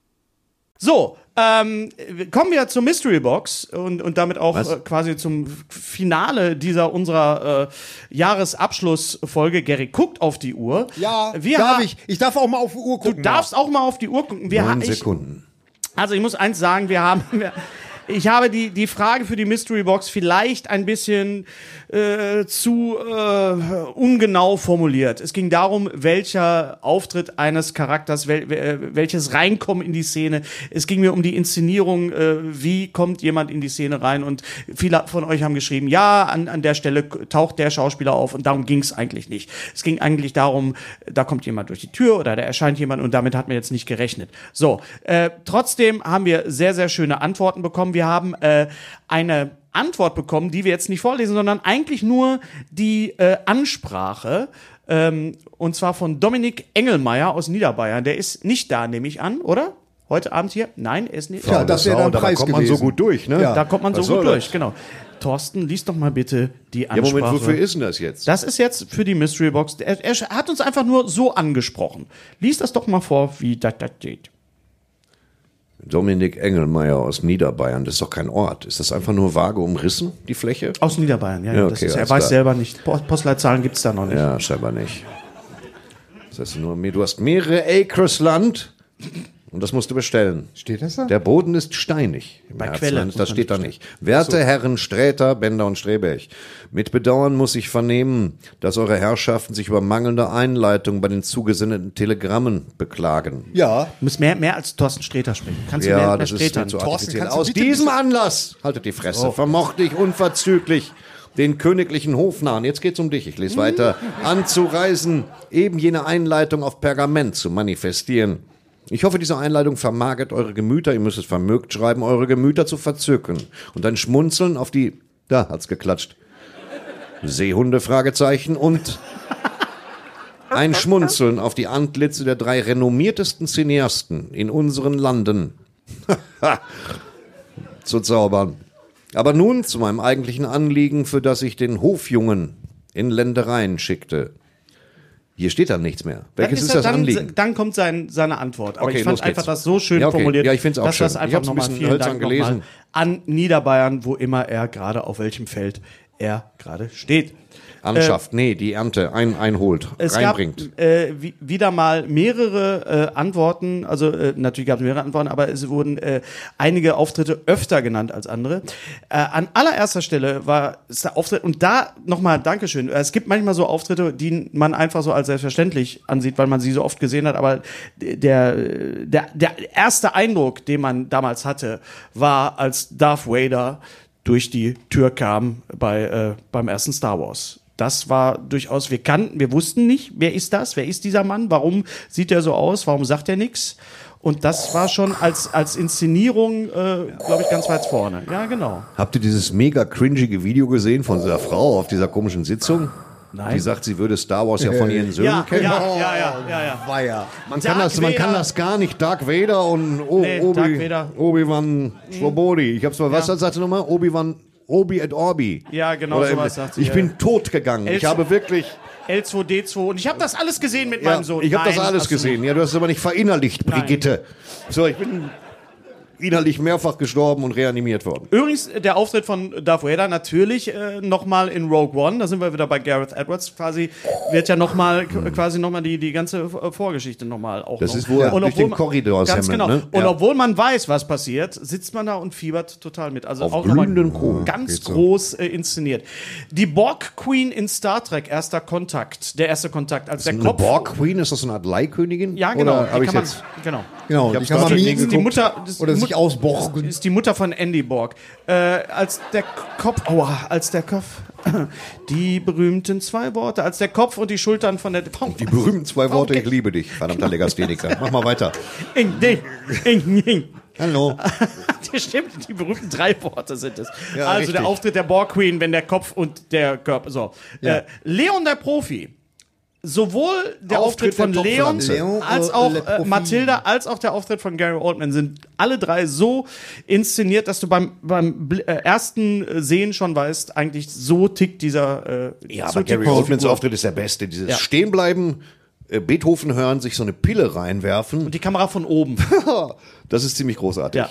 S1: So, ähm, kommen wir zur Mystery Box und, und damit auch
S5: Was?
S1: äh, quasi zum Finale dieser unserer äh, Jahresabschlussfolge. Gary guckt auf die Uhr.
S7: Ja,
S1: wir
S7: darf
S1: ha-
S7: ich. Ich darf auch mal auf die Uhr
S1: Du
S7: gucken.
S1: darfst auch mal auf die Uhr gucken. Wir ha-
S5: Neun
S1: ich,
S5: Sekunden.
S1: also ich muss eins sagen, wir haben. Wir, ich habe die, die Frage für die Mystery Box vielleicht ein bisschen äh, zu äh, ungenau formuliert. Es ging darum, welcher Auftritt eines Charakters, wel, wel- welches Reinkommen in die Szene. Es ging mir um die Inszenierung, äh, wie kommt jemand in die Szene rein. Und viele von euch haben geschrieben, ja, an, an der Stelle taucht der Schauspieler auf. Und darum ging es eigentlich nicht. Es ging eigentlich darum, da kommt jemand durch die Tür oder da erscheint jemand und damit hat man jetzt nicht gerechnet. So, äh, trotzdem haben wir sehr, sehr schöne Antworten bekommen. Wir haben äh, eine Antwort bekommen, die wir jetzt nicht vorlesen, sondern eigentlich nur die äh, Ansprache. Ähm, und zwar von Dominik Engelmeier aus Niederbayern. Der ist nicht da, nehme ich an, oder? Heute Abend hier? Nein, er ist nicht.
S7: Ja, das wäre
S5: Sau,
S7: dann
S5: da
S7: Preis
S5: kommt man so
S7: gewesen.
S5: gut durch, ne?
S7: Ja.
S1: Da kommt man so
S5: Was soll
S1: gut
S5: das?
S1: durch, genau. Thorsten, lies doch mal bitte die
S5: Ja,
S1: Ansprache.
S5: Moment, wofür ist denn das jetzt?
S1: Das ist jetzt für die Mystery Box. Er, er hat uns einfach nur so angesprochen. Lies das doch mal vor, wie das da steht.
S5: Dominik Engelmeier aus Niederbayern, das ist doch kein Ort. Ist das einfach nur vage umrissen, die Fläche?
S1: Aus Niederbayern, ja.
S5: Ja,
S1: ja, das
S5: okay,
S1: ist, er
S5: alles
S1: weiß
S5: klar.
S1: selber nicht. Po- Postleitzahlen gibt's da noch nicht.
S5: Ja, scheinbar nicht. Das heißt nur, mehr- du hast mehrere Acres Land und das musst du bestellen.
S7: Steht das da?
S5: Der Boden ist steinig. Im
S1: Bei
S5: Herzland.
S1: Quelle muss man
S5: Das steht da
S1: nicht
S5: nicht. Werte Herren Sträter, Bender und Strebech, mit Bedauern muss ich vernehmen, dass eure Herrschaften sich über mangelnde Einleitung bei den zugesendeten Telegrammen beklagen.
S7: ja,
S1: Du musst mehr, mehr als Thorsten Sträter sprechen. Kannst du mehr,
S5: Ja,
S1: mehr
S5: das ist
S1: Sträter
S5: nicht so
S7: Thorsten,
S5: artifiziell.
S7: kannst du
S5: Aus
S7: bitte
S5: diesem Anlass, haltet die Fresse, vermochte ich unverzüglich den königlichen Hofnahen, jetzt geht's um dich, ich lese weiter, anzureisen, eben jene Einleitung auf Pergament zu manifestieren. Ich hoffe, diese Einleitung vermaget eure Gemüter, ihr müsst es vermögt schreiben, eure Gemüter zu verzücken und ein Schmunzeln auf die, da hat's geklatscht, Seehunde, Fragezeichen und ein Schmunzeln auf die Antlitze der drei renommiertesten Cineasten in unseren Landen zu zaubern. Aber nun zu meinem eigentlichen Anliegen, für das ich den Hofjungen in Ländereien schickte. Hier steht dann nichts mehr. Welches ist, das
S1: dann,
S5: Anliegen?
S1: Dann kommt sein, seine Antwort. Aber
S5: Okay,
S1: ich fand
S5: los
S1: einfach
S5: geht's.
S1: das so schön
S5: Ja, okay.
S1: formuliert,
S5: Ja, ich find's auch
S1: dass das
S5: schön. Ich
S1: einfach
S5: hab's ein
S1: nochmal
S5: bisschen
S1: vielen
S5: hölzern
S1: Dank
S5: gelesen.
S1: nochmal an Niederbayern, wo immer er gerade auf welchem Feld er gerade steht.
S5: Anschafft, nee, die Ernte ein, einholt,
S1: äh, Es
S5: reinbringt.
S1: gab äh, wie, wieder mal mehrere äh, Antworten, also äh, natürlich gab es mehrere Antworten, aber es wurden äh, einige Auftritte öfter genannt als andere. Äh, an allererster Stelle war es der Auftritt, und da nochmal Dankeschön. Äh, Es gibt manchmal so Auftritte, die man einfach so als selbstverständlich ansieht, weil man sie so oft gesehen hat, aber der, der, der erste Eindruck, den man damals hatte, war, als Darth Vader durch die Tür kam bei, äh, beim ersten Star Wars. Das war durchaus, wir kannten, wir wussten nicht, wer ist das, wer ist dieser Mann, warum sieht er so aus, warum sagt er nichts. Und das war schon als, als Inszenierung, äh, glaube ich, ganz weit vorne. Ja, genau.
S5: Habt ihr dieses mega cringige Video gesehen von dieser Frau auf dieser komischen Sitzung?
S1: Nein.
S5: Die sagt, sie würde Star Wars ja von ihren Söhnen
S1: Ja,
S5: kennen.
S1: ja, ja, ja, ja, ja.
S7: war ja.
S5: Man kann,
S1: Darth
S5: das, man kann
S1: Vader.
S5: das gar nicht. Dark Vader und o
S1: Nee, Darth
S5: Obi,
S1: Vader.
S5: Obi-Wan Slobodi. Ich hab's mal, was
S1: Ja.
S5: sagt sie nochmal? Obi-Wan, Obi et Orbi.
S1: Ja, genau
S5: Oder
S1: sowas
S5: im-
S1: sagt sie,
S5: Ich
S1: ja.
S5: bin tot gegangen. Ich
S1: Elsa-
S5: habe wirklich,
S1: L2D2. Und ich habe das alles gesehen mit
S5: ja,
S1: meinem Sohn.
S5: ich habe das
S1: Nein,
S5: alles
S1: hast du
S5: gesehen. Ja, du hast es aber nicht verinnerlicht, Brigitte. So, ich bin innerlich mehrfach gestorben und reanimiert worden.
S1: Übrigens, äh, der Auftritt von Darth Vader natürlich äh, nochmal in Rogue One, da sind wir wieder bei Gareth Edwards, quasi wird ja nochmal quasi nochmal die, die ganze äh, Vorgeschichte nochmal auch
S5: Hm. Das
S1: noch.
S5: ist, wo er
S1: Und
S5: durch
S1: obwohl
S5: den
S1: man-
S5: Korridor
S1: Ganz
S5: hemmelt,
S1: genau.
S5: ne?
S1: Und
S5: Ja.
S1: obwohl man weiß, was passiert, sitzt man da und fiebert total mit. Also
S5: Auf
S1: auch nochmal
S5: glühenden Kohlen.
S1: ganz
S5: Ah, Geht so.
S1: groß äh, inszeniert. Die Borg Queen in Star Trek, erster Kontakt, der erste Kontakt, als der
S5: Eine
S1: Kopf.
S5: Borg Queen, ist das so eine Art Leihkönigin?
S1: Ja, genau.
S5: Oder
S1: die
S5: habe ich
S1: kann man,
S5: jetzt?
S1: genau.
S7: Genau,
S5: Ich
S7: die
S5: hab's
S7: kann man
S5: gerade
S7: nie
S5: eben
S1: Die
S7: geguckt.
S1: Mutter das-
S7: Oder
S1: die
S7: sich
S1: Mut-
S7: ausbochen.
S1: ist die Mutter von Andy Borg. Äh, als der Kopf, aua, als der Kopf, die berühmten zwei Worte, als der Kopf und die Schultern von der. Warum-
S5: Die berühmten zwei Worte,
S1: Okay. Genau.
S5: ich liebe dich, verdammter Legastheniker. Mach mal weiter.
S1: Ing, ding, ing, ing.
S5: Hallo.
S1: Das stimmt, die berühmten drei Worte sind es.
S5: Ja,
S1: also
S5: richtig.
S1: der Auftritt der Borg Queen, wenn der Kopf und der Körper. So. Äh, Leon der Profi. Sowohl der Auftritt,
S5: Auftritt
S1: von
S5: der
S1: Leon,
S5: Topfpflanze.
S7: Leon,
S1: als
S7: äh,
S1: auch
S7: Le
S1: äh,
S7: Profi.
S1: Mathilda, als auch der Auftritt von Gary Oldman sind alle drei so inszeniert, dass du beim, beim Bl- äh, ersten äh, Sehen schon weißt, eigentlich so tickt dieser. Äh,
S5: Ja,
S1: so
S5: aber
S1: tickt
S5: Gary
S1: diese
S5: Oldmans
S1: Figur.
S5: Auftritt ist der beste. Dieses
S1: Ja.
S5: Stehenbleiben, äh, Beethoven hören, sich so eine Pille reinwerfen.
S1: Die Kamera von oben.
S5: Das ist ziemlich großartig.
S1: Ja.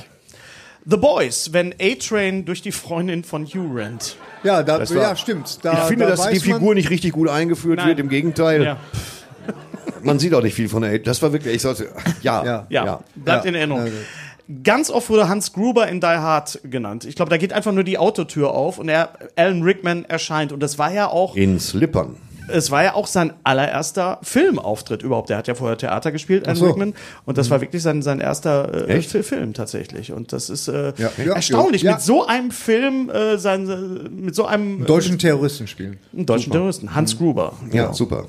S1: The Boys, wenn A-Train durch die Freundin von Hugh rennt.
S7: Ja, da,
S5: war-
S7: ja stimmt. Da,
S5: ich finde,
S7: da
S5: dass die
S7: weiß man-
S5: Figur nicht richtig gut eingeführt
S1: Nein.
S5: wird. Im Gegenteil,
S1: Ja.
S5: man sieht auch nicht viel von der. Das war wirklich, ich sollte, ja, ja,
S7: Ja. Also
S1: Ja, bleibt in Erinnerung. Ganz oft wurde Hans Gruber in Die Hard genannt. Ich glaube, da geht einfach nur die Autotür auf und er, Alan Rickman erscheint. Und das war ja auch,
S5: In Slippern.
S1: es war ja auch sein allererster Filmauftritt überhaupt. Er hat ja vorher Theater gespielt, Alan
S7: so. Mhm.
S1: Rickman. Und das war wirklich sein, sein erster äh,
S5: Echt?
S1: Fi- Film tatsächlich. Und das ist äh,
S7: Ja. Ja,
S1: erstaunlich,
S7: ja.
S1: mit so einem Film, äh, sein, äh, mit so einem äh,
S7: Deutschen Terroristen spielen.
S1: deutschen Terroristen,
S7: Mhm.
S1: Hans Gruber.
S5: Ja, super.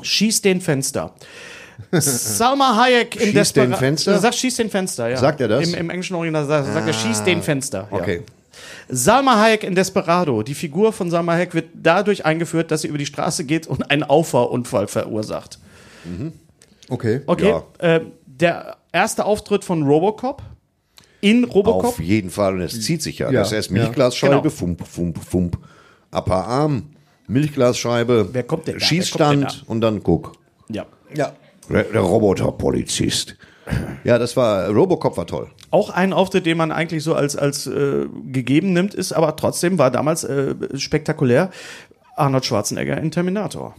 S1: Schieß den Fenster. Salma Hayek in
S5: Schieß
S1: Despera-
S5: den Fenster?
S1: Er sagt schieß den Fenster, ja.
S5: Sagt er das? Ah,
S1: Im, im englischen Original sagt, sagt er schieß den Fenster. Ja.
S5: Okay.
S1: Salma Hayek in Desperado. Die Figur von Salma Hayek wird dadurch eingeführt, dass sie über die Straße geht und einen Auffahrunfall verursacht.
S7: Okay.
S1: Okay. Äh, der erste Auftritt von Robocop in Robocop.
S5: Auf jeden Fall. Und es zieht sich ja.
S7: Ja,
S5: Das heißt
S7: ja.
S5: Milchglasscheibe,
S1: Genau.
S5: fump, fump, fump. Upper Arm, Milchglasscheibe,
S1: Wer kommt denn da? Wer
S5: Schießstand
S1: kommt denn
S5: und dann guck.
S1: Ja.
S7: Ja.
S5: Der, der Roboterpolizist. Ja, das war, Robocop war toll.
S1: Auch ein Auftritt, den man eigentlich so als, als äh, gegeben nimmt, ist aber trotzdem war damals äh, spektakulär Arnold Schwarzenegger in Terminator.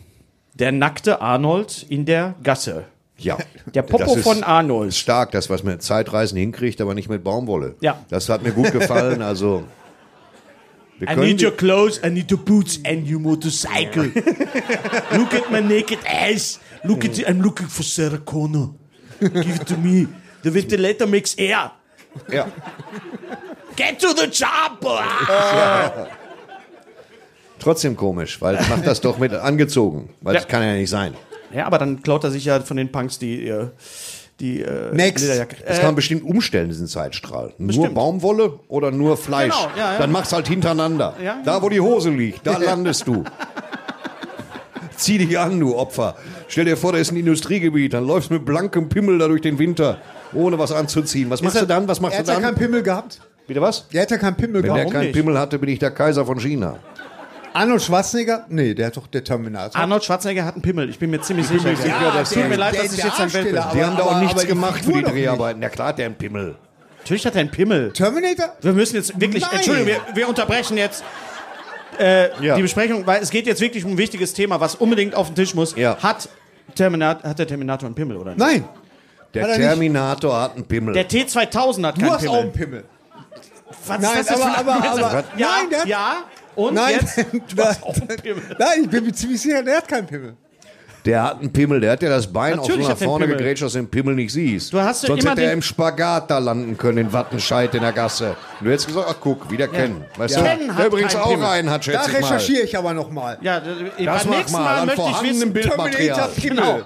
S1: Der nackte Arnold in der Gasse.
S5: Ja.
S1: Der Popo
S5: Das ist
S1: von Arnold.
S5: Stark, das, was man mit Zeitreisen hinkriegt, aber nicht mit Baumwolle.
S1: Ja.
S5: Das hat mir gut gefallen, also. Wir
S1: I
S5: können
S1: need
S5: die-
S1: your clothes, I need your boots and your motorcycle. Look at my naked ass. Look at I'm looking for Sarah Connor. Give it to me. The ventilator makes air.
S5: ja.
S1: Get to the job.
S5: Trotzdem komisch, weil macht das doch mit angezogen, weil
S1: Ja.
S5: das kann ja nicht sein.
S1: Ja, aber dann klaut er sich ja von den Punks die, äh, die äh,
S7: Next.
S1: Lederjacke.
S5: Das kann man bestimmt umstellen, diesen Zeitstrahl. Nur
S1: bestimmt.
S5: Baumwolle oder nur Fleisch.
S1: Genau, ja, ja.
S5: Dann mach's halt hintereinander.
S1: Ja.
S5: Da, wo die Hose liegt, da landest du. Zieh dich an, du Opfer. Stell dir vor, da ist ein Industriegebiet, dann läufst mit blankem Pimmel da durch den Winter, ohne was anzuziehen. Was machst du dann? Was machst
S7: Er
S5: du
S7: hat ja
S5: dann?
S7: keinen Pimmel gehabt.
S5: Bitte was?
S7: Der hat ja keinen Pimmel
S5: Wenn der
S7: gehabt.
S5: keinen
S1: nicht?
S5: Pimmel hatte, bin ich der Kaiser von China.
S7: Arnold Schwarzenegger? Nee, der hat doch der Terminator.
S1: Arnold Schwarzenegger hat einen Pimmel, ich bin mir ziemlich sicher.
S7: sicher,
S1: ja,
S7: dass
S1: es tut
S7: die-
S1: mir leid,
S7: der-
S1: dass ich
S7: der
S1: jetzt ein Welt bin.
S7: Darsteller,
S5: Die
S7: Aber-
S5: haben da auch
S7: aber-
S5: nichts
S7: aber die
S5: gemacht für
S7: Figur
S5: die
S7: doch nicht.
S5: Dreharbeiten. Ja klar, hat der einen Pimmel.
S1: Natürlich hat er einen Pimmel.
S7: Terminator?
S1: Wir müssen jetzt wirklich,
S7: Nein.
S1: Entschuldigung, wir, wir unterbrechen jetzt
S5: Ja.
S1: die Besprechung, weil es geht jetzt wirklich um ein wichtiges Thema, was unbedingt auf den Tisch muss.
S5: Ja.
S1: Hat, Terminat, hat der Terminator einen Pimmel oder nicht?
S7: Nein.
S5: Der
S7: er nicht.
S5: Terminator hat einen Pimmel.
S1: Der T2000 hat
S7: Du
S1: keinen
S7: hast auch einen
S1: Pimmel.
S7: Pimmel.
S1: Was
S7: Nein,
S1: ist das denn für ein
S7: aber- aber-
S1: Argument?
S7: aber-
S1: ja,
S7: nein, der hat-
S1: ja, und
S7: Nein,
S1: jetzt? Du hast auch einen Pimmel.
S7: Nein, ich bin mir ziemlich sicher, der hat keinen Pimmel.
S5: Der hat einen Pimmel, der hat ja das Bein auch so
S1: Natürlich
S5: nach
S1: hat der
S5: vorne
S1: einen Pimmel.
S5: gegrätscht, dass du den Pimmel nicht siehst.
S1: Du hast ja
S5: Sonst
S1: immer
S5: hätte er
S1: den-
S5: im Spagat da landen können, in Wattenscheid in der Gasse. Und du hättest gesagt, ach guck, wieder Ken. Weißt
S1: Ja.
S5: du,
S1: Ken hat
S5: der übrigens
S1: keinen
S5: auch
S1: Pimmel.
S5: einen hat,
S7: Da
S5: schätze ich mal.
S7: recherchiere ich aber nochmal.
S1: Ja, äh,
S5: Das
S1: beim
S5: mach
S1: nächsten Mal
S5: mal, an
S1: möchte ich
S5: vorhandenem
S1: wissen,
S5: Bildmaterial.
S1: Genau.
S7: Pimmel.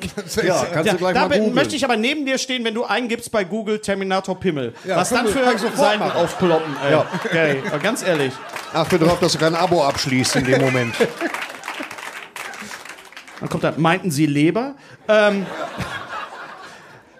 S5: Ja, kannst
S1: Ja,
S5: du Also gleich
S1: da
S5: mal
S1: bin,
S5: googeln.
S1: möchte ich aber neben dir stehen, wenn du eingibst bei Google Terminator Pimmel.
S7: Ja,
S1: was
S7: komm,
S1: dann für
S7: kann ich sofort
S1: Seiten
S7: machen.
S1: aufploppen, ey.
S5: Ja.
S1: Okay, aber ganz ehrlich.
S5: Achte darauf, dass du kein Abo abschließt in dem Moment.
S1: Dann kommt dann, meinten sie Leber? Ähm,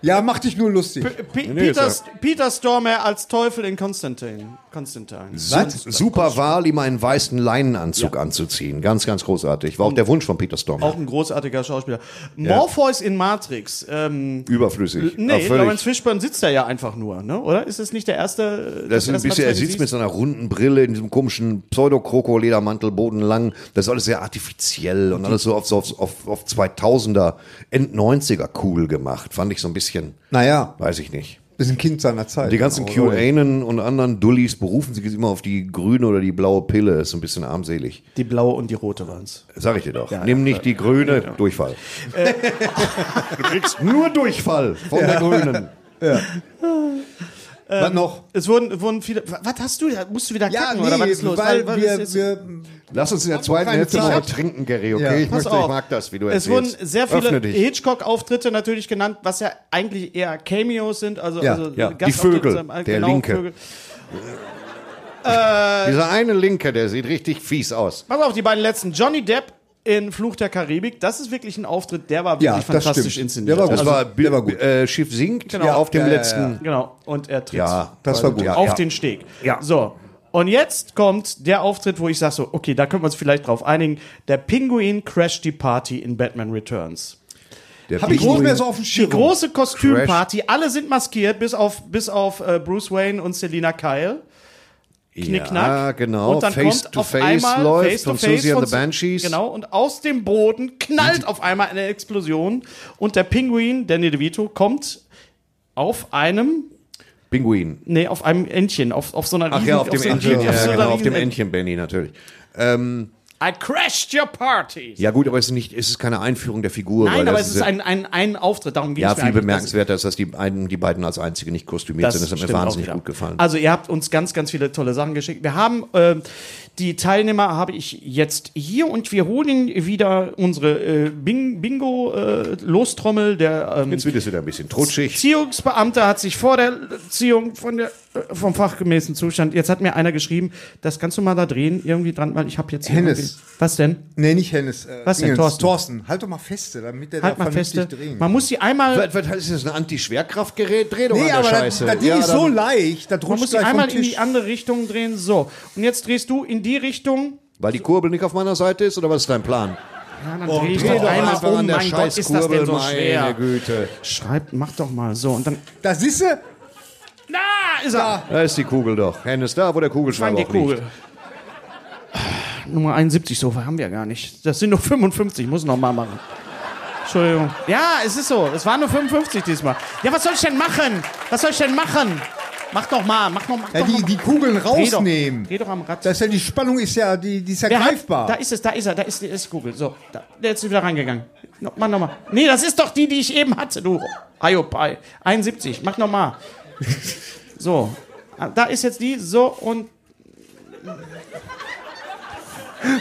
S7: Ja, mach dich nur lustig.
S1: P
S5: Nee,
S1: Peter,
S5: ist
S1: Peter Stormer als Teufel in Constantine. Constantine.
S5: Su super Wahl, ihm einen weißen Leinenanzug anzuziehen. Ganz, ganz großartig. War auch der Wunsch von Peter Storm.
S1: Auch ein großartiger Schauspieler. Morpheus in Matrix. Ähm,
S5: Überflüssig. Aber
S1: nee,
S5: völlig.
S1: Lawrence Fishburne sitzt da ja einfach nur, ne? oder? Ist das nicht der erste? äh,
S5: Das ist ein
S1: erste Mal,
S5: bisschen,
S1: dass
S5: er
S1: du ihn
S5: sitzt mit
S1: siehst?
S5: seiner runden Brille in diesem komischen Pseudokroko-Ledermantel bodenlang. Das ist alles sehr artifiziell und alles so auf, so auf, auf, auf 2000er, End-90er cool gemacht. Fand ich so ein bisschen,
S7: Naja,
S5: weiß ich nicht.
S7: bist ein Kind seiner Zeit.
S5: Die ganzen
S1: Oh,
S7: Oder?
S5: QAnon und anderen Dullis berufen sich immer auf die grüne oder die blaue Pille. Ist so ein bisschen armselig.
S1: Die blaue und die rote waren's.
S5: Sag ich dir doch. Nimm nicht die grüne, Durchfall.
S1: Äh.
S5: du kriegst nur Durchfall von der grünen.
S7: Was noch?
S1: Es wurden, wurden viele. wa- Was hast du? da? Musst du wieder
S7: Ja,
S1: kacken
S7: nee,
S1: Äh, oder was ist los?
S7: weil
S1: Was- was ist
S7: wir,
S1: jetzt-
S7: wir,
S5: Lass uns in der zweiten
S7: keine
S5: Hälfte
S7: Zeit.
S5: mal trinken, Gary, okay?
S7: Ja.
S5: Ich,
S1: Pass
S5: möchte, ich
S1: auf.
S5: mag das, wie du
S1: es
S5: erzählst.
S1: wurden sehr viele
S5: Öffne dich.
S1: Hitchcock-Auftritte natürlich genannt, was ja eigentlich eher Cameos sind. Also,
S7: Ja,
S1: also
S5: ja. Die
S1: Gastauftritte
S5: Vögel,
S1: sind, äh,
S5: der Linke. Dieser eine Linke, der sieht richtig fies aus.
S1: Pass auf, die beiden letzten. Johnny Depp in Fluch der Karibik. Das ist wirklich ein Auftritt, der war wirklich
S7: Ja, das
S1: fantastisch
S7: stimmt.
S1: inszeniert.
S7: Der war
S5: Das
S7: Also,
S5: war,
S7: der war gut.
S5: Äh, Schiff sinkt
S1: Genau.
S5: ja, auf dem
S7: Ja, ja, ja.
S5: letzten.
S1: Genau, und er tritt
S5: Ja,
S7: das war gut.
S5: Ja,
S1: auf
S5: ja.
S1: den Steg.
S5: Ja.
S1: So, und jetzt kommt der Auftritt, wo ich sage so, okay, da können wir uns vielleicht drauf einigen. Der Pinguin crasht die Party in Batman Returns.
S5: Der
S4: Hab ich
S5: Pinguin-
S4: nicht mehr so auf dem
S1: Die
S4: Schirm.
S1: große Kostümparty, alle sind maskiert, bis auf, bis auf äh, Bruce Wayne und Selina Kyle. Knickknack.
S5: Ja, genau.
S1: Und dann
S5: face
S1: kommt
S5: to
S1: auf
S5: Face
S1: einmal
S5: läuft
S1: face to
S5: von
S1: face
S5: Susie and the
S1: Su-
S5: Banshees.
S1: Genau, und aus dem Boden knallt auf einmal eine Explosion und der Pinguin, Danny DeVito, kommt auf einem,
S5: Pinguin.
S1: nee, auf einem Entchen, auf, Mhm. auf so einer
S5: Ach
S1: riesen-
S5: ja, auf dem
S1: so einer
S5: Entchen.
S1: riesen-
S5: Ja,
S1: so einer
S5: genau, auf
S1: riesen-
S5: dem Entchen, Benny, natürlich.
S1: I crashed your party.
S5: Ja, gut, aber es ist, nicht, es ist keine Einführung der Figur. weil
S1: Nein, aber
S5: das
S1: es ist ein, ein, ein Auftritt, darum geht
S5: Ja,
S1: es mir
S5: viel
S1: eigentlich.
S5: bemerkenswerter ist, dass die, einen, die beiden als einzige nicht kostümiert sind. Das hat mir
S1: stimmt
S5: wahnsinnig
S1: auch wieder.
S5: gut gefallen.
S1: Also ihr habt uns ganz, ganz viele tolle Sachen geschickt. Wir haben äh, die Teilnehmer habe ich jetzt hier und wir holen wieder unsere äh, Bing Bingo äh, Lostrommel. Der ähm,
S5: Jetzt wird es wieder ein bisschen trutschig.
S1: Ziehungsbeamter hat sich vor der Ziehung von der, äh, vom fachgemäßen Zustand. Jetzt hat mir einer geschrieben, das kannst du mal da drehen irgendwie dran, weil ich habe jetzt hier
S4: Hennes.
S1: irgendwie- Was denn?
S4: Nee, nicht Hennes. Äh,
S1: Was denn,
S4: Dingens.
S1: Thorsten?
S4: Thorsten, halt doch mal feste, damit der
S1: Halt
S4: da
S1: mal
S4: vernünftig
S1: feste.
S4: drehen
S1: Man
S4: kann.
S1: muss sie einmal
S5: Was, was ist das, ein Anti-Schwerkraftgerät? Dreh doch
S4: Nee,
S5: an der
S4: aber das,
S5: Scheiße.
S4: das Ding
S5: Ja,
S4: ist
S5: dann-
S4: so leicht, das
S1: man
S4: rutscht
S1: muss sie
S4: gleich vom
S1: einmal in
S4: Tisch.
S1: die andere Richtung drehen. So. Und jetzt drehst du in die Richtung.
S5: Weil die Kurbel nicht auf meiner Seite ist, oder was ist dein Plan?
S1: Ja, dann dreh ich
S5: Dreh
S1: doch
S5: doch
S1: einmal
S5: einfach
S1: um.
S5: an der
S1: Mein Gott, ist das
S5: Scheißkurbel,
S1: denn so
S5: meine
S1: schwer?
S5: Güte.
S1: Schreibt, mach doch mal so. Und dann.
S4: Da siehst du,
S1: Na, ist er!
S5: Da ist die Kugel doch. Hennes, da, wo der
S1: Fang
S5: Kugelschreiber
S1: die
S5: auch liegt.
S1: Kugel. Nummer 71 Sofa haben wir gar nicht. Das sind nur 55, muss noch mal machen. Entschuldigung. Ja, es ist so. Es waren nur 55 diesmal. Ja, was soll ich denn machen? Was soll ich denn machen? Mach doch mal, mach noch, mach
S4: ja,
S1: doch
S4: die,
S1: mal.
S4: die Kugeln
S1: Dreh doch,
S4: rausnehmen.
S1: dreh doch am Rad.
S4: Das ist ja, die Spannung ist ja, die, die ist ja
S1: Wer hat-
S4: greifbar.
S1: Da ist es, da ist er, da ist, da ist Google. So, da, der ist wieder reingegangen. No, mach nochmal. Nee, das ist doch die, die ich eben hatte, du. Ayopai. 71, mach nochmal. So, Ah, da ist jetzt die, so und.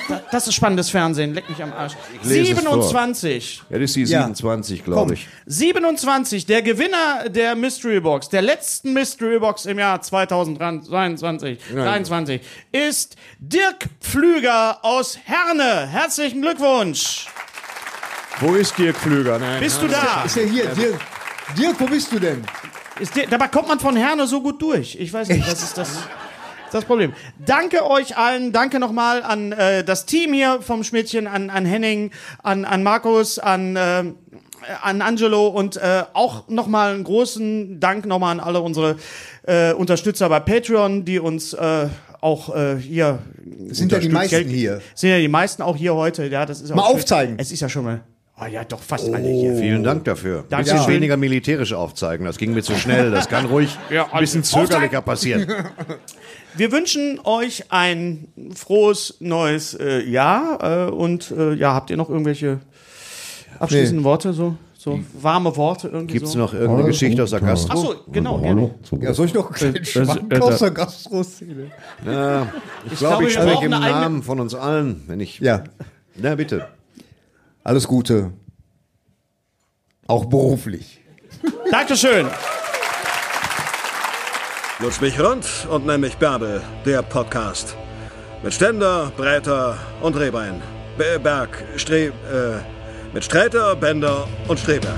S1: Da, das ist spannendes Fernsehen, leck mich am Arsch.
S5: lese es vor.
S1: 27.
S5: Ja, das ist die
S4: Ja.
S5: 27, glaube ich.
S1: 27, der Gewinner der Mystery Box, der letzten Mystery Box im Jahr 2023, 23, ist Dirk Pflüger aus Herne. Herzlichen Glückwunsch.
S5: Wo ist Dirk Pflüger? Nein,
S1: Bist du da?
S4: Ist ja hier, Dirk, Dirk, wo bist du denn?
S1: Ist Dirk, dabei kommt man von Herne so gut durch. Ich weiß nicht, was ist das? das ist Das Problem. Danke euch allen. Danke nochmal an äh, das Team hier vom Schmidtchen, an, an Henning, an, an Markus, an, äh, an Angelo und äh, auch nochmal einen großen Dank nochmal an alle unsere äh, Unterstützer bei Patreon, die uns äh, auch äh, hier
S4: Sind ja die
S1: Stück
S4: meisten
S1: Geld-
S4: hier.
S1: Sind ja die meisten auch hier heute. Ja, das ist auch
S4: Mal
S1: schön.
S4: aufzeigen.
S1: Es ist ja schon mal. Oh ja, doch fast alle hier.
S4: Oh.
S5: Vielen Dank dafür. Ein
S1: Dankeschön.
S5: bisschen weniger militärisch aufzeigen, das ging mir zu schnell. Das kann ruhig ein bisschen
S1: also,
S5: zögerlicher passieren.
S1: Wir wünschen euch ein frohes neues äh, Jahr äh, und äh, ja, habt ihr noch irgendwelche abschließenden Worte so so warme Worte irgendwie
S5: Gibt es
S1: so?
S5: noch irgendeine Geschichte aus der Gastro?
S1: Achso, genau. Gerne.
S4: Ja, soll ich noch einen Schwank aus der Gastroszene?
S5: Ich
S1: glaube,
S5: glaube, ich
S1: wir brauchen
S5: spreche im
S1: eine eigene-
S5: Namen von uns allen, wenn ich.
S4: Ja,
S5: Na bitte.
S4: alles Gute. Auch beruflich.
S1: Dankeschön.
S3: Lutsch mich rund und nenn mich Bärbel, der Podcast. Mit Ständer, Breiter und Rehbein. Be- Berg, Stre... Äh, mit Streiter, Bender und Streberg.